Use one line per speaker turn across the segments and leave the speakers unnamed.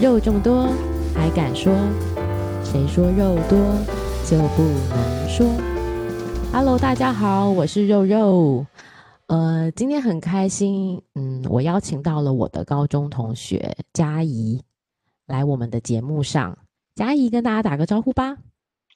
肉这么多，还敢说？谁说肉多就不能说？Hello，大家好，我是肉肉。呃，今天很开心，嗯，我邀请到了我的高中同学佳怡来我们的节目上。佳怡跟大家打个招呼吧。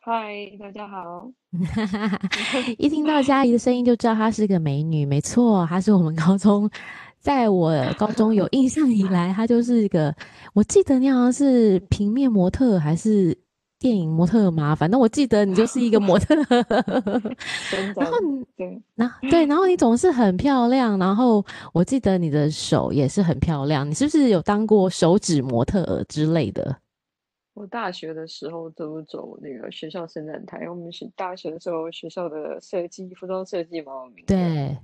嗨，大家好。
一听到佳怡的声音就知道她是个美女，没错，她是我们高中，在我高中有印象以来，她就是一个，我记得你好像是平面模特还是电影模特嘛，反正我记得你就是一个模特。
真的
然后你，
对，
然后对，然后你总是很漂亮，然后我记得你的手也是很漂亮，你是不是有当过手指模特儿之类的？
我大学的时候都走那个学校伸展台，我们是大学的时候学校的设计服装设计蛮有名 的。
对，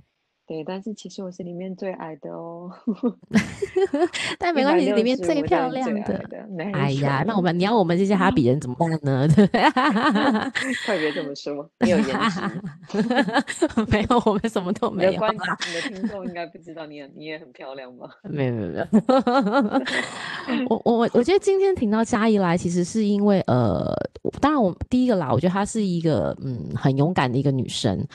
对，但是其实我是里面最矮的哦，
但没关系，里面
165
最
当
漂
然最
亮
矮
的。
的。没
哎呀，那我
错
们你要我们这些哈比人怎么办呢？ 对不对
快别这么说，你有颜值，
没有，我们什么都
你
没
的
有
观
啦，
你的听 众应该不知道你很你也很漂亮吧？
没有没有没 有。我我我我觉得今天请到嘉怡来，其实是因为呃，我当然我第一个啦，我觉得她是一个嗯很勇敢的一个女生。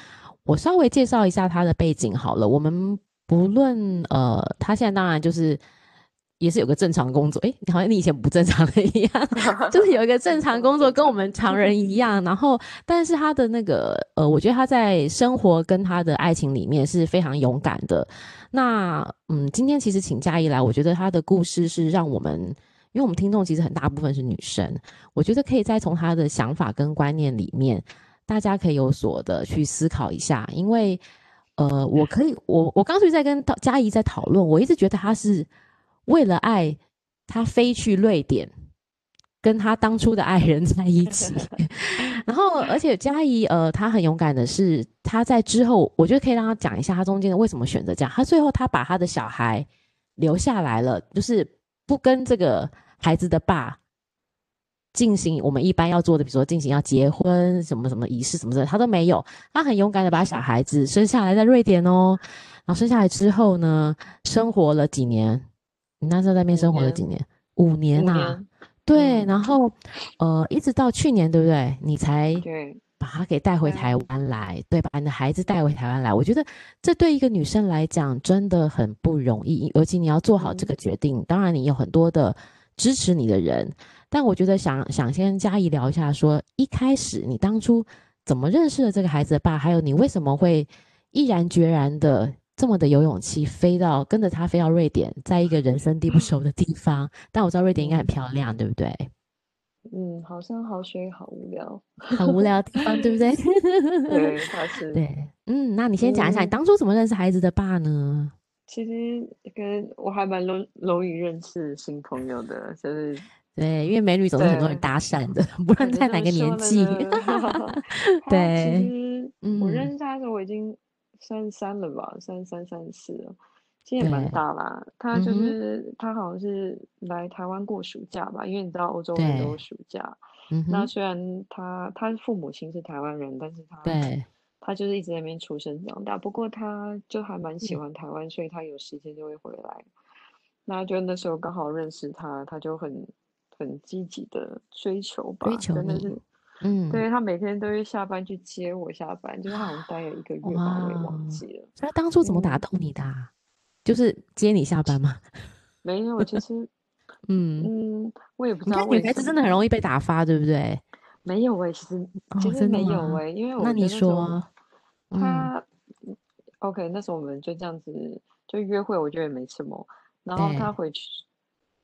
我稍微介绍一下她的背景好了，我们不论呃，她现在当然就是。也是有个正常工作，诶，好像你以前不正常的一样， 就是有一个正常工作，跟我们常人一样。然后，但是他的那个呃，我觉得他在生活跟他的爱情里面是非常勇敢的。那嗯，今天其实请嘉怡来，我觉得她的故事是让我们，因为我们听众其实很大部分是女生，我觉得可以再从她的想法跟观念里面，大家可以有所的去思考一下，因为呃，我可以，我我刚才在跟讨嘉怡在讨论，我一直觉得她是为了爱，她飞去瑞典。跟她当初的爱人在一 起，然后而且嘉怡呃，她很勇敢的是，她在之后，我觉得可以让她讲一下她中间的为什么选择这样。她最后她把她的小孩留下来了，就是不跟这个孩子的爸进行我们一般要做的，比如说进行要结婚什么什么仪式什么的，她都没有。她很勇敢的把小孩子生下来在瑞典哦，然后生下来之后呢，生活了几年，你那时候在那边
五
生活了
年
几年？五年啊
五
呐、
年，
对，
嗯
然后呃，一直到去年，对不对？你才
对，嗯
把他给带回
对
台湾来，对，把你的孩子带回台湾来。我觉得这对一个女生来讲真的很不容易，尤其你要做好这
嗯
个决定。当然，你有很多的支持你的人，但我觉得想想先跟嘉怡聊一下说，一开始你当初怎么认识的这个孩子的爸，还有你为什么会毅然决然的。这么的有勇气飞到跟着他飞到瑞典，在一个人生地不熟的地方，但我知道瑞典应该很漂亮，对不对？
嗯，好山好水好 无聊。
很无聊的地方，对不对？
对，他 是。
对，嗯，那你先讲一下，你
嗯
当初怎么认识孩子的爸呢？
其实跟我还蛮容容易认识新朋友的，就是
对，因为美女总是很多人
对
搭讪的，不论
你
在
这
哪
么
个年
说了
纪，
呢他
对嗯
其实我认识他的时候，我已经三三了吧，三三三四了，其实也蛮
对
大啦。他就
嗯哼
是他好像是来台湾过暑假吧，因为你知道欧洲很
对
多暑假。
嗯
那
哼，
虽然他他父母亲是台湾人，但是他
对，
他就是一直在那边出生长大。不过他就还蛮喜
嗯
欢台湾，所以他有时间就会回来。那就那时候刚好认识他，他就很很积极的追求
追
吧，
求
真的
你，
是，
嗯，
对，他每天都会下班去接我下班，就是他好像待了一个月吧，我也
哇，
忘记了。
那当初怎么打
嗯，
动你的啊？就是接你下班吗？
没有，其实，
嗯，
嗯，我也不知
你
道
看女
为
孩子
什
真的很
么，
容易被打发，对不对？
没有诶，其实其
哦，
实
真的
没有
吗？
诶，因为
那
我觉
你
得那时候
说，啊嗯，
他嗯，OK，那时候我们就这样子就约会，我觉得也没什么。然后他
对，
回去，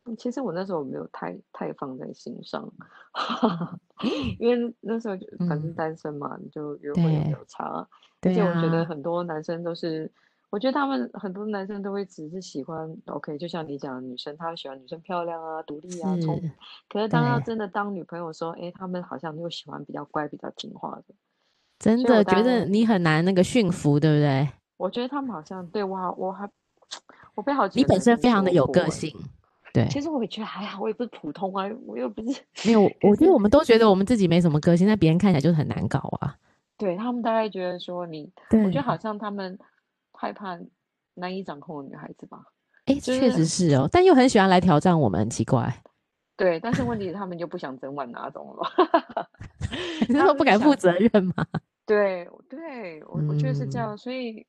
嗯其实我那时候没有太太放在心上，
嗯
因为那时候就反正
嗯，
单身嘛，你就约会也没
对，
有差。而
对啊
且我觉得
呀，
很多男生都是，我觉得他们很多男生都会只是喜欢，OK，就像你讲的女生，他喜欢女生漂亮啊、独立啊、聪明。
是，
可是当要
对，
真的当女朋友的时候，诶，他们好像又喜欢比较乖、比较听话的。
真
所以
的
我
觉得
当。
你很难那个驯服，对不对？
我觉得他们好像对我好，我还我被好几
你
个
本
男
身
生
非常的
说
有个
过哎，
性，对，
其实我也觉得还好，我也不是普通啊，我又不是，
没 有，
可
我觉得
是
我们都觉得我们自己没什么个性，但别人看起来就是很难搞啊。
对他们大概觉得说你，我觉得
对，
好像他们害怕难以掌控的女孩子吧，
哎，
就
确
是
实是哦，但又很喜欢来挑战我们，很奇怪。
对，但是问题是他们就不想整晚拿走了，
你是说不敢负责任吗？
对对，我我觉得是这
嗯
样，所以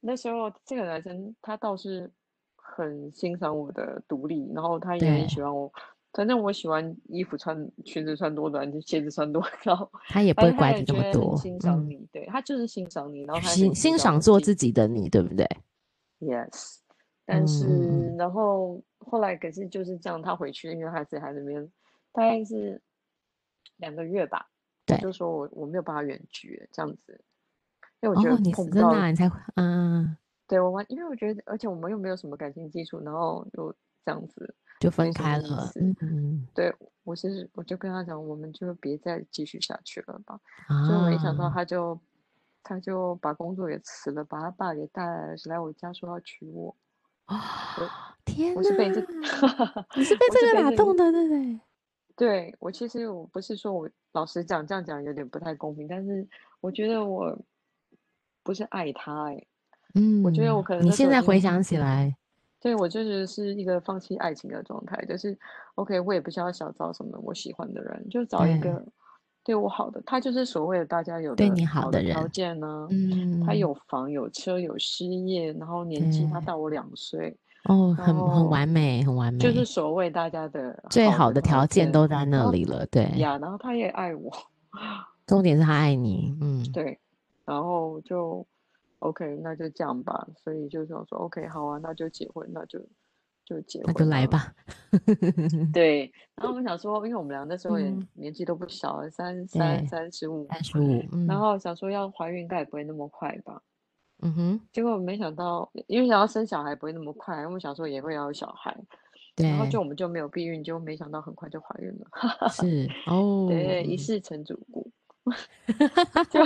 那时候这个男生他倒是很欣赏我的独立，然后他也
对
很喜欢我，反正我喜欢衣服穿裙子穿多短，鞋子穿多 高，
他也不会
反正他
管
也
你
觉
那
得
么
很
多，
欣赏
嗯，
你，对他就是欣赏你，然后他也
欣
很
欣
知道
赏
自
做
己
自己的你，对不对？
Yes，
嗯
但是
嗯嗯，
然后后来可是就是这样，他回去，因为他自己还在那边，大概是两个月吧。我
对。
就说我我没有办法远距这样子，因为我觉
哦，
得
你
碰
是
不
真的
到，
啊、你才会啊，
对我完，因为我觉得，而且我们又没有什么感情基础，然后又这样子，
就
没
分
什么
开
意
了，
思。
嗯嗯
对，我其实我就跟他讲，我们就别再继续下去了吧。结果没想到
啊，
他就他就把工作也辞了，把他爸给带来我家说要娶我。我
啊，天
我是被这，
哪，你是被
我是
这个
被
打
这个，
动的，对不对？
对，我其实我不是说我老实讲这样讲有点不太公平，但是我觉得我不是爱他、欸，我觉得我
嗯，
可能
你
那时
现
候已
在回
经，
想起来，
对，我就是是一个放弃爱情的状态，就是 OK，我也不需要想找什么我喜欢的人，就找一
对，
个对我好的，他就是所谓的大家有
嗯对
的
你好
好
的
的条
人，
件呢、他
嗯，
有房有车有事业，然后
对，
年纪他大我两岁，
哦，
然
很很
后
完美，很完
就是
美，
所谓大家的
最
好
好
的
的
条
条件都
件，
在
然
那
后
里了，对，
呀，然后他也爱我，
重点是他爱你，嗯，
对，然后就 OK，那就这样吧。所以就想说 OK，好啊，那就结婚，那就就结
那就
婚
来
啊。
吧，
对，然后我们想说，因为我们俩那时候也
嗯，
年纪都不小了，三三
对，
三十五，
三十五，
然
嗯
后想说要怀孕应该也不会那么快吧。
嗯哼，
结果没想到，因为想要生小孩不会那么快，我们想说也会要有小孩，然后就
对，
我们就没有避孕，结果没想到很快就怀孕了，
是哦，
对，一
嗯。
世成主顾，就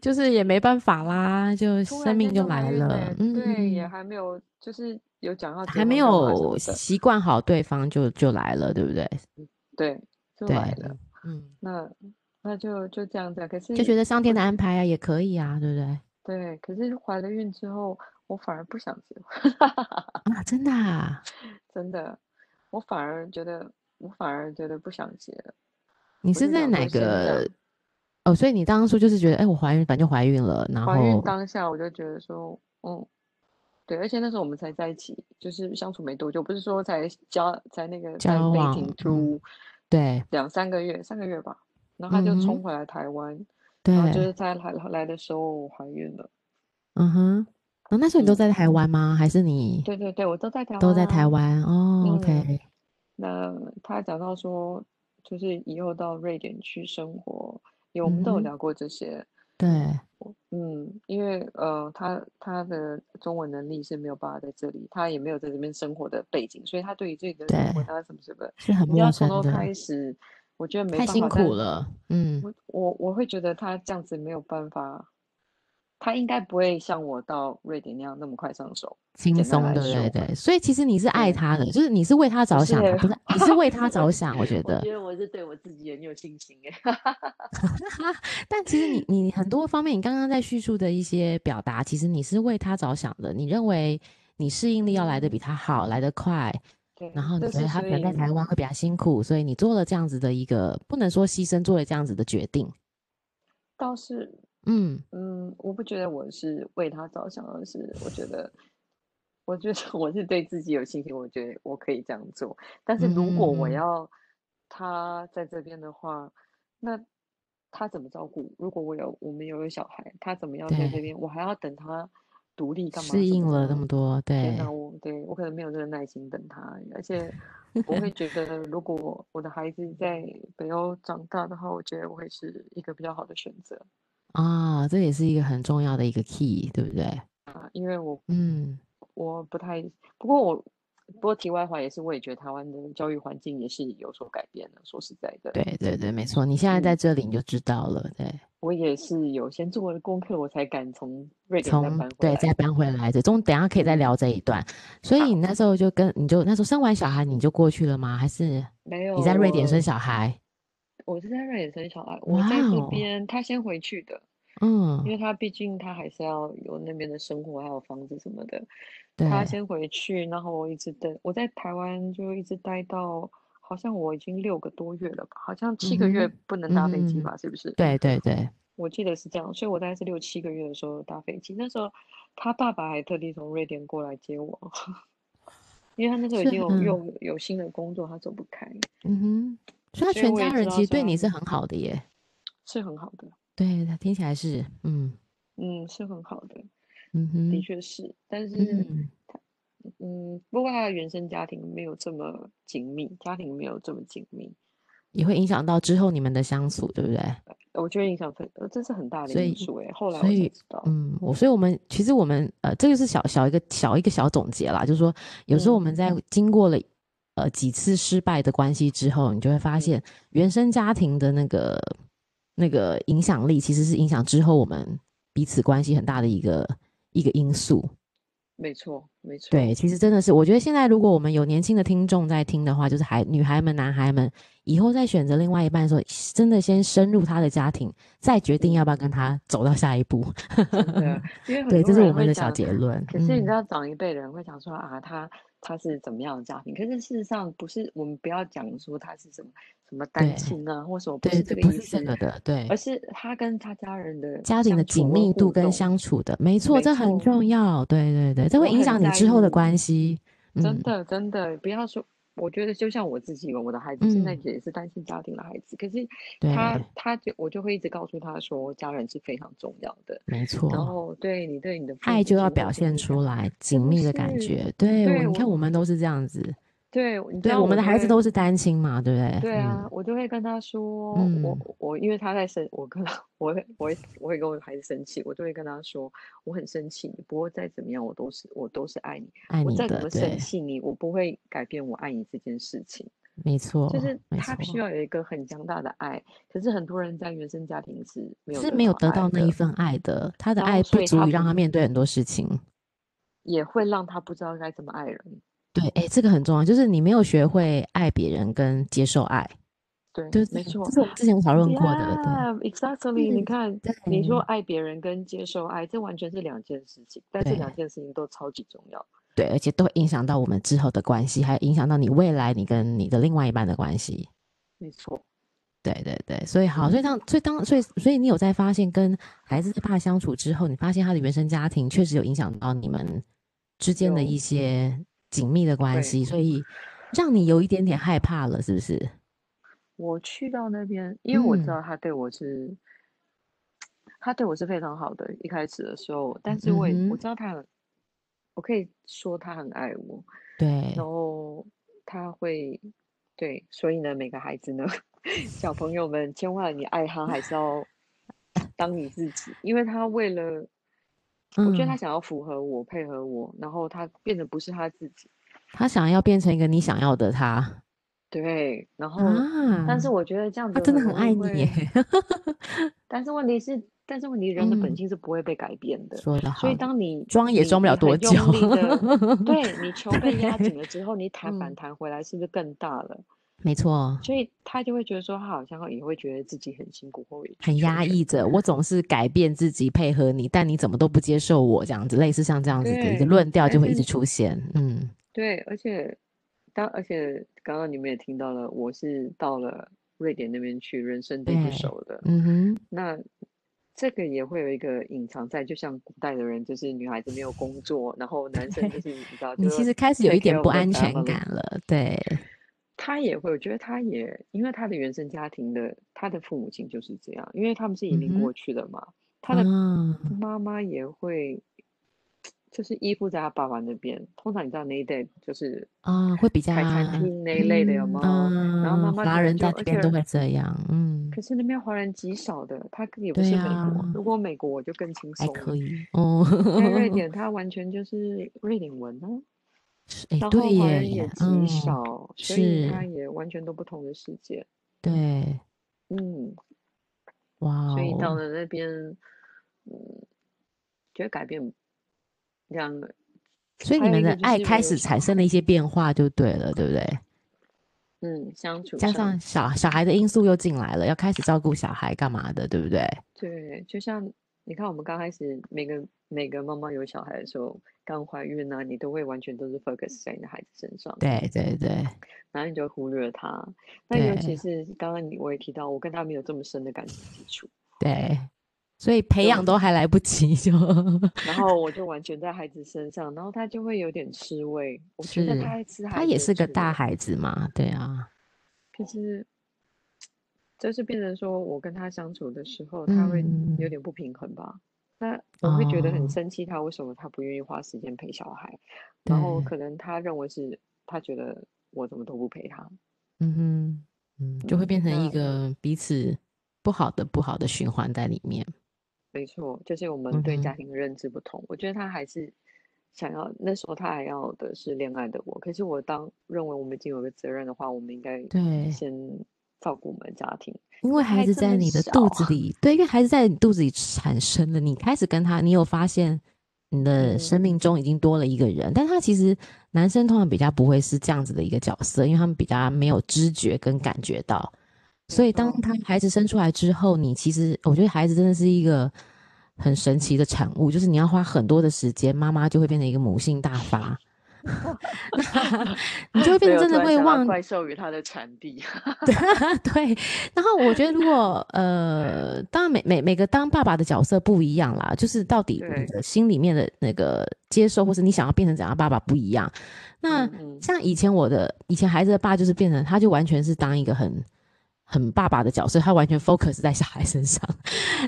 就是也没办法啦，就
突
生
然
命
间
就
就怀
来
孕了
了，
耶，
嗯
对，也
嗯，
还没有，就是有讲要结
还没
婚干嘛什
有
么的，
习惯好对方就就来了，对不对？
对，就来
对，
了。
嗯嗯，
那那就就这样子啊。可
就觉
是
得上天
我
的安排啊，也可以啊，对不对？
对，可是怀了孕之后，我反而不想结婚，
啊，真的啊，
真的，我反而觉得我反而觉得不想结了。
你
我
是
就
在
想
哪
说先这样，
个？哦，所以你当初就是觉得，哎，我怀孕，反正就怀孕了，然
怀孕
后
当下我就觉得说，嗯，对，而且那时候我们才在一起，就是相处没多久，不是说才交才那个才
交往，
dating
嗯，
through
对，
两三个月，三个月吧，然后他就
嗯
冲
哼，
回来台湾，然后就
对，
是在来来的时候我怀孕了，
嗯哼，那那时候你都
嗯，
在台湾吗？还是你
对对对，我都在台
都
湾
在台
啊，
湾？哦
嗯，
，OK，
那他讲到说，就是以后到瑞典去生活，有我
嗯
们都有
哼，
聊过这些，
对，
嗯，因为呃，他他的中文能力是没有办法在这里，他也没有在这边生活的背景，所以他对于自己的
对，
生活，他什么什么，
是很
你要
陌
从
生
头
的。
开始，我觉得没
太
办
辛
法。
苦
但
了，嗯，
我我我会觉得他这样子没有办法，他应该不会像我到瑞典那样那么快上手。
轻
简单
松
来
的，对
说，
对，所以其实你是爱
对，
他的，就是你是为他
不
着
是
想的，啊
欸，
不是，你是为他
我
着想，我觉
我
得，
觉得我是对我自己很有信心哎、
但其实你你很多方面，你刚刚在叙述的一些表达，其实你是为他着想的，你认为你适应力要来得比
嗯，
他好，来得快，然
对，
后你
这
觉得
是
他
所
可能在
以。
台湾会比较辛苦，所以你做了这样子的一个，不能说牺牲，做了这样子的决定，
倒是，
嗯，
嗯，我不觉得我是为他着想，而是我觉得，我觉得 我是对自己有信心，我觉得我可以这样做。但是如
嗯
果我
嗯
要他在这边的话，那他怎么照顾？如果我有我们有个小孩，他怎么样在
对，
这边？我还要等他独立干嘛
适
什
应
么
了那
的？
么多，
天呐，
对，
我对我可能没有这个耐心等他，而且我会觉得，如果我的孩子在北欧长大的话，我觉得我会是一个比较好的选择。
啊，这也是一个很重要的一个 key，对不对？
啊，因为我
嗯，
我不太，不过我不过题外话也是，我也觉得台湾的教育环境也是有所改变的。说实在的，
对对对，没错，你现在在
嗯，
这里你就知道了，对，
我也是有先做了功课，我才敢从瑞典再
从
搬回
对再
来。
搬回来，对，中等一下可以再
嗯，
聊这一段。所以你
好，
那时候就跟你就那时候生完小孩你就过去了吗？还是
没
你
有
在瑞典生
我
小孩？
我是在瑞典生小孩，我
哇
在这
哦，
边他先回去的，因
嗯，
为他毕竟他还是要有那边的生活，还有房子什么的。
对，
他先回去，然后我一直等。我在台湾就一直待到好像我已经六个多月了吧，好像七个月
嗯
不能搭飞机
嗯
吧？是不是？
对对对，
我记得是这样，所以我大概是六七个月的时候搭飞机，那时候他爸爸还特地从瑞典过来接我， 因为他那时候已
是
经有
嗯
有有新的工作，他走不开，
嗯哼，所以他
所以
全
我也
家
知
人
道
其实对
说
你是很好的耶。
是很好的，
对，他听起来是，嗯
嗯，是很好的，
嗯
的
哼，
确是，但是
嗯
嗯，不过他的原生家庭没有这么紧密，家庭没有这么紧密，
也会影响到之后你们的相处，对不对？
我觉得影响很，呃，这是很大的
所
因
以
素诶，后来
所
我才
以
知道，
嗯，我所以我们其实我们呃，这就是小小一个小一个小总结啦，就是说有时候我
嗯
们在经过了呃几次失败的关系之后，你就会发
嗯
现原生家庭的那个那个影响力，其实是影响之后我们彼此关系很大的一个一个因素。
没错，没错，
对，其实真的是，我觉得现在如果我们有年轻的听众在听的话，就是孩女孩们、男孩们，以后在选择另外一半的时候，真的先深入他的家庭，再决定
嗯
要不要跟他走到下一步。
真 的，啊因为很
对，这
多
是我
人
们
会
的小
讲，
结论。
可是你知
嗯，
道长一辈的人会讲说啊，他他是怎么样的家庭？可是事实上不是，我们不要讲说他是什么什么单
对
亲啊，或什么，不
对
是
对，
这
不
个意
是这
思，
个的，对
而是他跟他家人的
家庭的
相
紧
处和
密度
互
跟
动，
相处的，没错，
没
这很
错，
重要。对对对，这会
我
影
很
响你
在
之后的
意，
关系。
真
嗯
的真的，不要说。我觉得就像我自己，我的孩子现在
嗯，
也是单亲家庭的孩子，可是他
对，
他就我就会一直告诉他说，家人是非常重要的，
没
然
错。
后对你对你的父
爱
母
就要
紧密
表
的
现
影响，
出来，
是
紧
不
密的
是？
感觉。对我，
对
你看，
我，
我们都是这样子。
对，你知
对，
道
我
我
们的
就
孩子
会，
都是单亲嘛，对不对？
对
嗯
啊，我就会跟他说，
嗯
我我因为他在生，我跟他， 我会我会我会跟我孩子生气，我就会跟他说，我很生气你，不过再怎么样，我都是我都是爱你，
爱
我
你
再怎
的，
么生
对，
气你，我不会改变我爱你这件事情。
没
就
错，
是
哦没
他需
错，
要有一个很强大的爱，可是很多人在原生家庭是没有
是
得
没有
到
得
爱
到那一
的，
份爱的，他的
然后
爱不
所以
足
他
以让
不
他面对很多事情。
也会让他不知道该怎么爱人。
对，哎，这个很重要，就是你没有学会爱别人跟接受爱，
对，
对不
没
对？这
错
是我们之前有讨论过的，对，嗯
，Yeah,
就
exactly。你
是
看，
对
你说爱别人跟接受爱，这完全是两件事情，但这两
对
件事情都超级重要。
对，而且都会影响到我们之后的关系，还影响到你未来你跟你的另外一半的关系。
没错，
对对对，所以好，所以
嗯，
当所以当所以所以你有在发现跟孩子爸相处之后，你发现他的原生家庭确实有影响到你们之间的
有
一些紧密的关
会。
系，所以让你有一点点害怕了，是不是？
我去到那边，因为我知
嗯
道他对我是，他对我是非常好的。一开始的时候，但是
嗯
我也我
哼，
知道他很，我可以说他很爱我，然
对，
后他会，对，所以呢，每个孩子呢， 小朋友们，千万你爱他还是要当你自己，因为他为了，我觉得他
嗯，
想要符合我，配合我，然后他变得不是他自己，
他想要变成一个你想要的他
对，然后，嗯但是
啊，
我觉得这样
他
子
真的
很
很
容易
爱你耶，
会。但是问题是，但是问题人的本
嗯，
性是不会被改变的，
说的
所以
好，
当你
装也
你
装不了
你
多
很
久，
用力的， 对你球被压紧
对，
了之后，你弹反
嗯，
弹回来是不是更大了？
没错。
所以他就会觉得说，他好像也会觉得自己很辛苦或委曲
很
求
压
全。
抑着，我总是改变自己配合你，但你怎么都不接受我，这样子，类似像这样子的一个
对，
论调就
但
会一直
是
出现。嗯，
对，而且当而且刚刚你们也听到了，我是到了瑞典那边去，人生地不
对，
熟的，
嗯哼，
那这个也会有一个隐藏在，就像古代的人，就是女孩子没有工作，然后男生
对，
就是你知道，就
你其
是
实开始有一
take
点
care
不
of the
安全
family。
感了，对，
他也会，我觉得他也，因为他的原生家庭的，他的父母亲就是这样，因为他们是移民
嗯
过去的嘛，他的
哼，啊，
妈妈也会，就是依附在他爸爸那边。通常你知道那一代就是
啊，会比较，
开餐厅那一类的有
嗯
没有？然后妈
啊，
妈可
华
能
人
就，
在那
而
边都
且
会这样，嗯，
可是那边华人极少的，他更也不
对
是美
呀，
国。如果美国我就更轻
还
松了，
可以，哦，
在瑞典他完全就是瑞典文啊，
是，哎，
然
对
后华人也
耶，
极
嗯，
少，所以
是，
他也完全都不同的世界。
对，
嗯，
哇
所以到
哦，
了那边，嗯，觉得改变两个，
所以
还
你们
有一
的
个就
爱
是
开
我有
始
小
产生
孩，
了一些变化，就对了，对不对？
嗯，相处
加
上，
上小小孩的因素又进来了，要开始照顾小孩干嘛的，对不对？
对，就像你看我们刚开始每个每个妈妈有小孩的时候，刚怀孕啊，你都会完全都是 focus 在你的孩子身上，
对对对，
然后你就忽略了他。那尤
对
其是刚刚你我也提到，我跟他没有这么深的感情基础，
对，所以培
就
养都还来不及就
然后我就完全在孩子身上，然后他就会有点吃味。我觉得
是
他在吃孩子，
他也是个大，孩子嘛，对啊，
就是就是变成说我跟他相处的时候，他会有
嗯
点不平衡吧。那我会觉得
哦
很生气，他为什么他不愿意花时间陪小孩？然后
对
可能他认为是他觉得我怎么都不陪他，
嗯哼，嗯，就会变成一
那
个彼此不好的不好的循环在里面，
没错，就是我们对
嗯哼
家庭的认知不同。我觉得他还是想要那时候他还要的是恋爱的我，可是我当认为我们已经有个责任的话，我们应该
对
先照顾我们的家庭。
因为孩
还
子
这
在
么
你的
小啊
肚子里，对，因为孩子在你肚子里产生了，你开始跟他，你有发现你的生
嗯
命中已经多了一个人，但他其实男生通常比较不会是这样子的一个角色，因为他们比较没有知觉跟感觉到，所以当
错
他孩子生出来之后，你其实我觉得孩子真的是一个很神奇的产物，就是你要花很多的时间，妈妈就会变成一个母性大发。 那 你就会变
对
得
我
真
突
的
然
会
想到
忘
怪兽与它的产 地，
对，然后我觉得如果呃，当然每每每个当爸爸的角色不一样啦，就是到底你
对
的心里面的那个接受，或是你想要变成怎样的爸爸不一样。那
嗯嗯
像以前我的以前孩子的爸就是变成，他就完全是当一个很很爸爸的角色，他完全 focus 在小孩身上。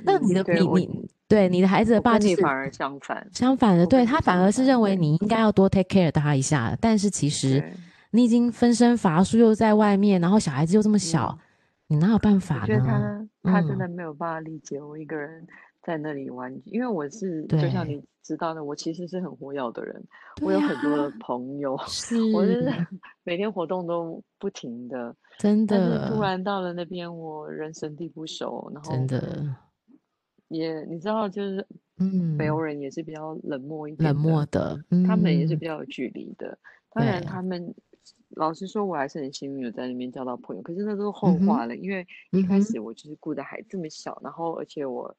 那你
嗯
的
对
你
我
你对你的孩子的
我
爸
跟
就
你
是
反而相反。
相反的，
我跟
对
你
他反
相
而是
反
认为
对
你应该要多 take care 他一下，但是其实
对，
你已经分身乏术，又在外面，然后小孩子又这么小，你哪有办法
嗯我觉得
呢？
他他真
嗯
的没有办法理解我一个人在那里玩，因为我是就像
对
你知道的，我其实是很活跃的人，我
对啊
有
呀、
很多的 朋友，我就是是 每天活动都不停的。
真
但是
的，
突然到了那边，我人生地不熟，然
真
后
的，
也你知道，就是北欧
嗯，
人也是比较冷漠一点
冷
的
漠，的，
他们也是
嗯，
比较有距离的。当然，
对
他们老实说，我还是很幸运有在那边交到朋友，可是那都是后
嗯哼
话了。因为一
嗯
开
哼，
始我就是顾着孩子这么小，然后而且我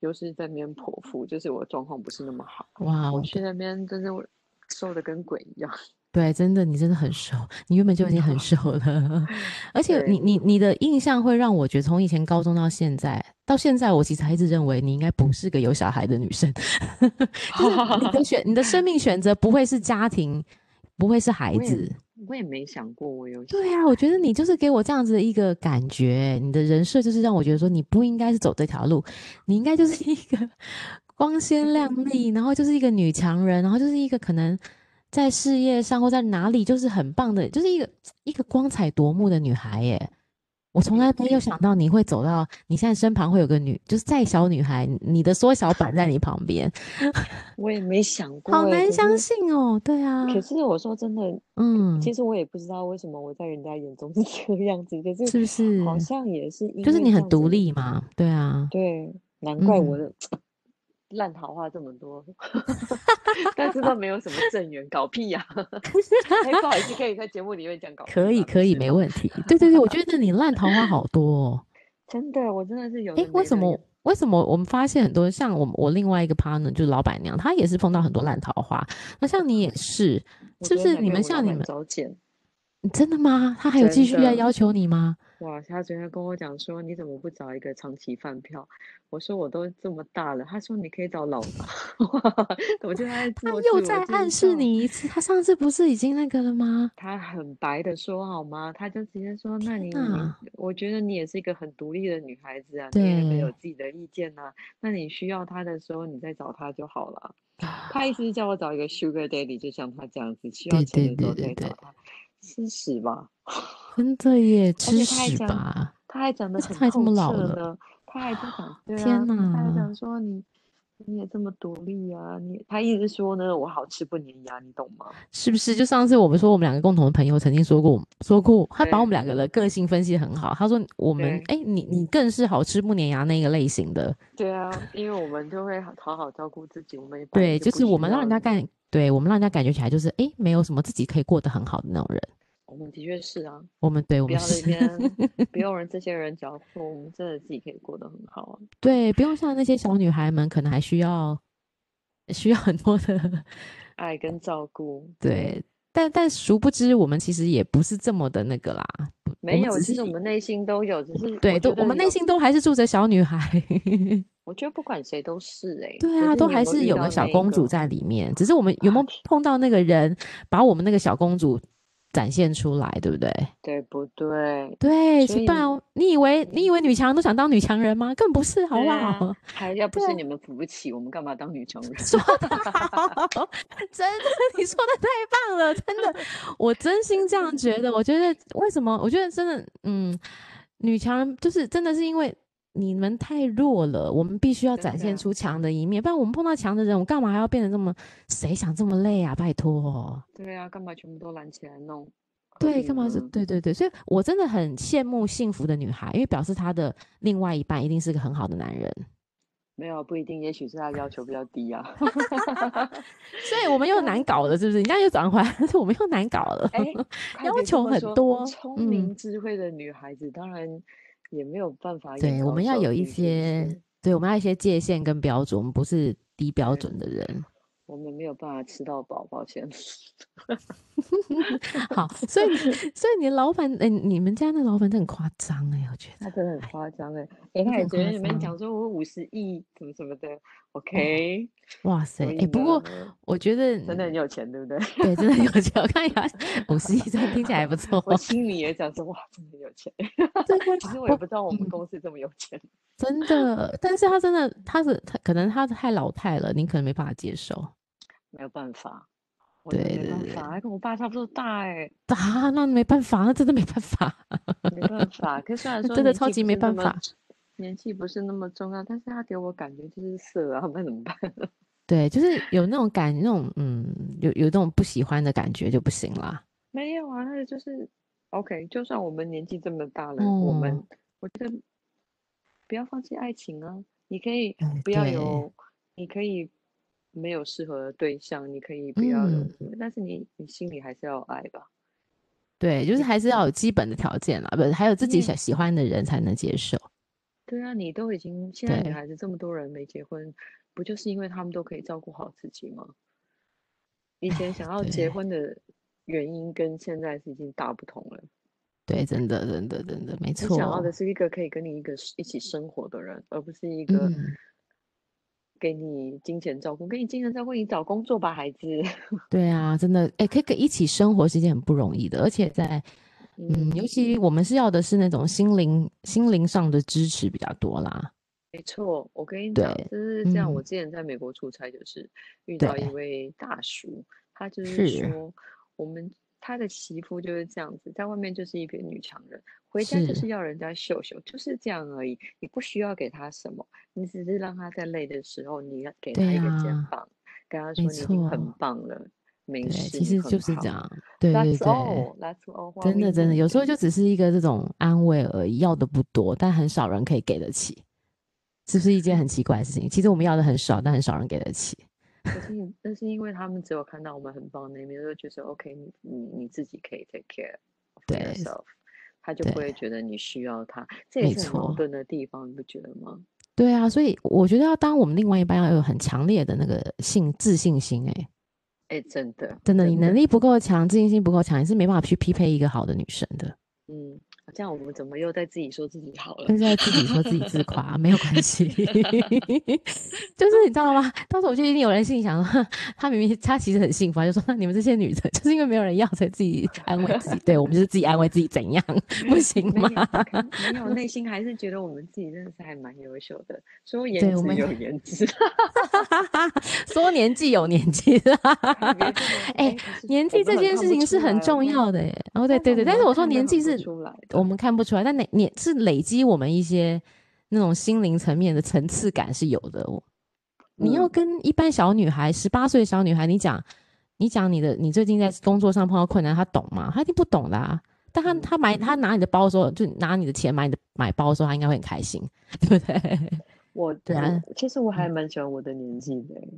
又是在那边剖腹，就是我状况不是那么好，
哇
我
哦，
去那边真的我瘦的跟鬼一样。
对，真的，你真的很瘦，你原本就已经很瘦了， 而且你
嗯对，
你你的印象会让我觉得，从以前高中到现在，到现在，我其实还一直认为你应该不是个有小孩的女生， 就是你的选，你的生命选择不会是家庭，不会是孩
我也
子，
我也没想过我有小
对啊，
孩。
我觉得你就是给我这样子的一个感觉，你的人设就是让我觉得说你不应该是走这条路，你应该就是一个 光鲜亮丽，然后就是一个女强人，然后就是一个可能在事业上或在哪里就是很棒的，就是一个一个光彩夺目的女孩耶。我从来没有想到你会走到你现在身旁会有个女，就是再小女孩，你的缩小版在你旁 边，
我也没想
好
过哎、
难
可
相
是
信哦。对
可
啊，
是我说真的，
嗯，
其实我也不知道为什么我在人家眼中是这个样子，可是
是不是？
好哦像也是因
就是
为
你
这
很
样
独
子，
立嘛，对啊。
对，难怪我
嗯，
的烂桃花这么多， 但是都没有什么正缘，搞屁呀、 哎， 不好意思，可以在节目里面讲搞屁
可以，
吗？没
可以，
事
没
吧？
问题。对对对，我觉得你烂桃花好多哦。
真的，我真的是有
诶，
的
哎为
没
什
的，有
么？为什么我们发现很多像我我另外一个 partner 就是老板娘，她也是碰到很多烂桃花。那像你也是，
我
是不
昨
是？
天才
你
被
们
我老
像你
板
们，
找见，
真的吗？她还有继
真
续要
的。
要求你吗？
哇，他昨天跟我讲说，你怎么不找一个长期饭票？我说我都这么大了，他说你可以找老爸。 我觉得他在
她
自我
又
自
在
我
暗
介
示
绍，
你一次。她上次不是已经那个了吗？
他很白的说好吗？他就直接说，那
天
你你，
哪！
我觉得你也是一个很独立的女孩子啊，你也会有
对，
自己的意见呐、那你需要他的时候，你再找他就好了。他意思是叫我找一个 sugar daddy，就像他这样子，需要
啊对对
钱的时
对
候
对
再找
对，
他，吃屎吧。
真的耶，
而且
吃
他还
屎
讲，
吧！
他还讲得
而且
很
她也这
透
么老
彻
了，
呢，他还在讲，对
天
啊，他还
哪！
讲说你你也这么独立啊，你他一直说呢，我好吃不粘牙，你懂吗？
是不是？就上次我们说我们两个共同的朋友曾经说过我们，说过他把我们
对
两个的个性分析得很好。他说我们，
对
哎，你你更是好吃不粘牙那个类型的，
对啊，因为我们就会好好好照顾自己，我们也本来
对，
就
就
不
是我
需
们让
要
人家
人
感，对我们让人家感觉起来就是，哎，没有什么自己可以过得很好的那种人。
我们的确是啊，
我们对我
不
们
要那
是，
边 不用人这些人搅和，我们真的自己可以过得很好啊。
对，不用像那些小女孩们，可能还需要需要很多的
爱跟照顾，
对，但但殊不知我们其实也不是这么的那个啦，不
没
我
有，
们只是
其实我们内心都有，只是
对，都
都
我们内，心都还是住着小女孩，
我觉得不管谁都是哎、欸，
对
可
啊，
是
都
你
还
有没
是
有
有
遇
个
到
小
那
公主
个啊
在里面，只是我们有没有碰到那个人，把我们那个小公主展现出来，对不对？
对不对？
对，
所
其实不
以
然哦你以为你以为女强人都想当女强人吗？根本不是，好
对
不
啊
好？
还要不
对
是
啊
你们扶不起，我们干嘛当女强人？
说的好， 真的，你说的太棒了，真的，我真心这样觉得。我觉得为什么？我觉得真的，嗯，女强人就是真的是因为你们太弱了，我们必须要
真
展现
的
出强的一面，不然我们碰到强的人，我干嘛还要变得这么？谁想这么累啊？拜托。
对啊，干嘛全部都揽起来弄？嗯何
对，
必
干嘛是？
呢
对对对，所以我真的很羡慕幸福的女孩，因为表示她的另外一半一定是个很好的男人。
没有不一定，也许是他要求比较低啊。
所以我们又难搞了，是不是？人家又转回来，但是 我们又难搞了。
哎快
要
别这
求
么
很
说
多
聪
嗯
明智慧的女孩子当然也没有办法眼
对，我
高
们要
手
有一
低是不
些
是，
对，我们要有一些界限跟标准，我们不是低标
对
准的人。
我们没有办法吃到饱，抱歉。
好，所以 你所以你的老板，哎、你们家那老板真的很夸张哎，我觉
他
得。
真的很夸张哎，
真
哎，他
的
还
很
觉得
夸
你们
张
讲说我五十亿什么什么的，OK，
哇塞，
所
哎、
以
不过
呢
我觉得
真的很
你
有钱，对不对？
对，真的有钱。我看一下，五十亿真的听起来还不错。
我心里也讲说哇，真的很有钱。
对，
其实
我
我也不知道我
嗯
们公司这么有钱。
真的，但是他真的，他是他可能他太老态了，你可能没办法接受。
没有办法，我真的
对
没
对
办
对
法，还跟我爸差不多大哎、
啊，那没办法，那真的没办法。
没办法。可是虽然
那
说
真的
年
超
纪
级
不
没
是那
办
么
法，
年纪不是那么重啊要，但是他给我感觉就是色啊，那怎么办？
对，就是有那种感，那种嗯，有有那种不喜欢的感觉就不行啦。
没有啊，那就是，OK，就算我们年纪这么大了，我们
嗯
我觉得不要放弃爱情啊，你可以
哎
不要
对
有，你可以没有适合的对象，你可以不要有
嗯
什么，但是你你心里还是要有爱吧。
对，就是还是
嗯
要有基本的条件啦，不是还有自己
也
想喜欢的人才能接受。
对啊，你都已经现在女
对
孩子这么多人没结婚，不就是因为她们都可以照顾好自己吗？以前
哎
想要结
对
婚的原因跟现在是已经大不同了。
对，真的，真的，真的，没
你想要
错
的。是一个可以跟你一个一起生活的人，而不是一个
嗯，
给你金钱照顾。给你金钱照顾，你找工作吧，孩子。
对啊，真的，哎，可以跟一起生活是一件很不容易的，而且在嗯，
嗯，
尤其我们是要的是那种心灵心灵上的支持比较多啦。
没错，我跟你
对
讲，就是这样。我
嗯
之前在美国出差，就是遇
对
到一位大叔，他就是
是
说，我们他的媳妇就是这样子，在外面就是一个女强人，回家就是是要人家秀秀，就是这样而已。你不需要给他什么，你只是让他在累的时候，你要给他
对
一个肩
啊
膀，跟他
没
说你已经很
错
棒了，没
对，
事，
其
你
实
很
就是这
好。
样。对对
That's
对。
all, that's all. What
真
we
的，真的，有时候
need.
就只是一个这种安慰而已，要的不多，但很少人可以给得起，是不是一件很奇怪的事情？其实我们要的很少，但很少人给得起。
可是你，但是因为他们只有看到我们很棒的那一面，就觉得 OK，你你你自己可以 take care of
对
yourself，他就
对
不会觉得你需要他，这也
没
是很矛
错
盾的地方，你不觉得吗？
对啊，所以我觉得要当我们另外一半要有很强烈的那个信自信心、欸，
哎，真的，
真的，你
真的
能力不够强，自信心不够强，你是没办法去匹配一个好的女生的。
嗯，这样我们怎么又在自己说自己好了
就？是在自己说自己自 夸， 没有关系，就是你知道吗？到时候我就一定有人心里想说， 他明明他其实很幸福，他啊就说那你们这些女的， 就是因为没有人要，所以自己安慰自己，对我们就是自己安慰自己，怎样不行
没
吗？
有，可能没有，内心还是觉得我们自己真的是还蛮优秀的，说
对
颜
我
值
们
有颜值，
说年纪有年纪的，
别这么
哎
哎，可
年
是我
纪这
们很
件
看
事
不
情是
出
很
来
重要，的耶。哦，对
但
对对，但是
们
我说
看得
年纪
很不
是
出来的
我们看不出来，但年年是累积我们一些那种心灵层面的层次感是有的。我你要
嗯
跟一般小女孩，十八岁的小女孩，你讲，你讲你的，你最近在工作上碰到困难，她懂吗？她一定不懂的啊。但她
嗯
她买她拿你的包的时候，就拿你的钱买你的买包的时候，她应该会很开心，对不对？
我
对
我
啊
其实我还蛮喜欢我的年纪的欸，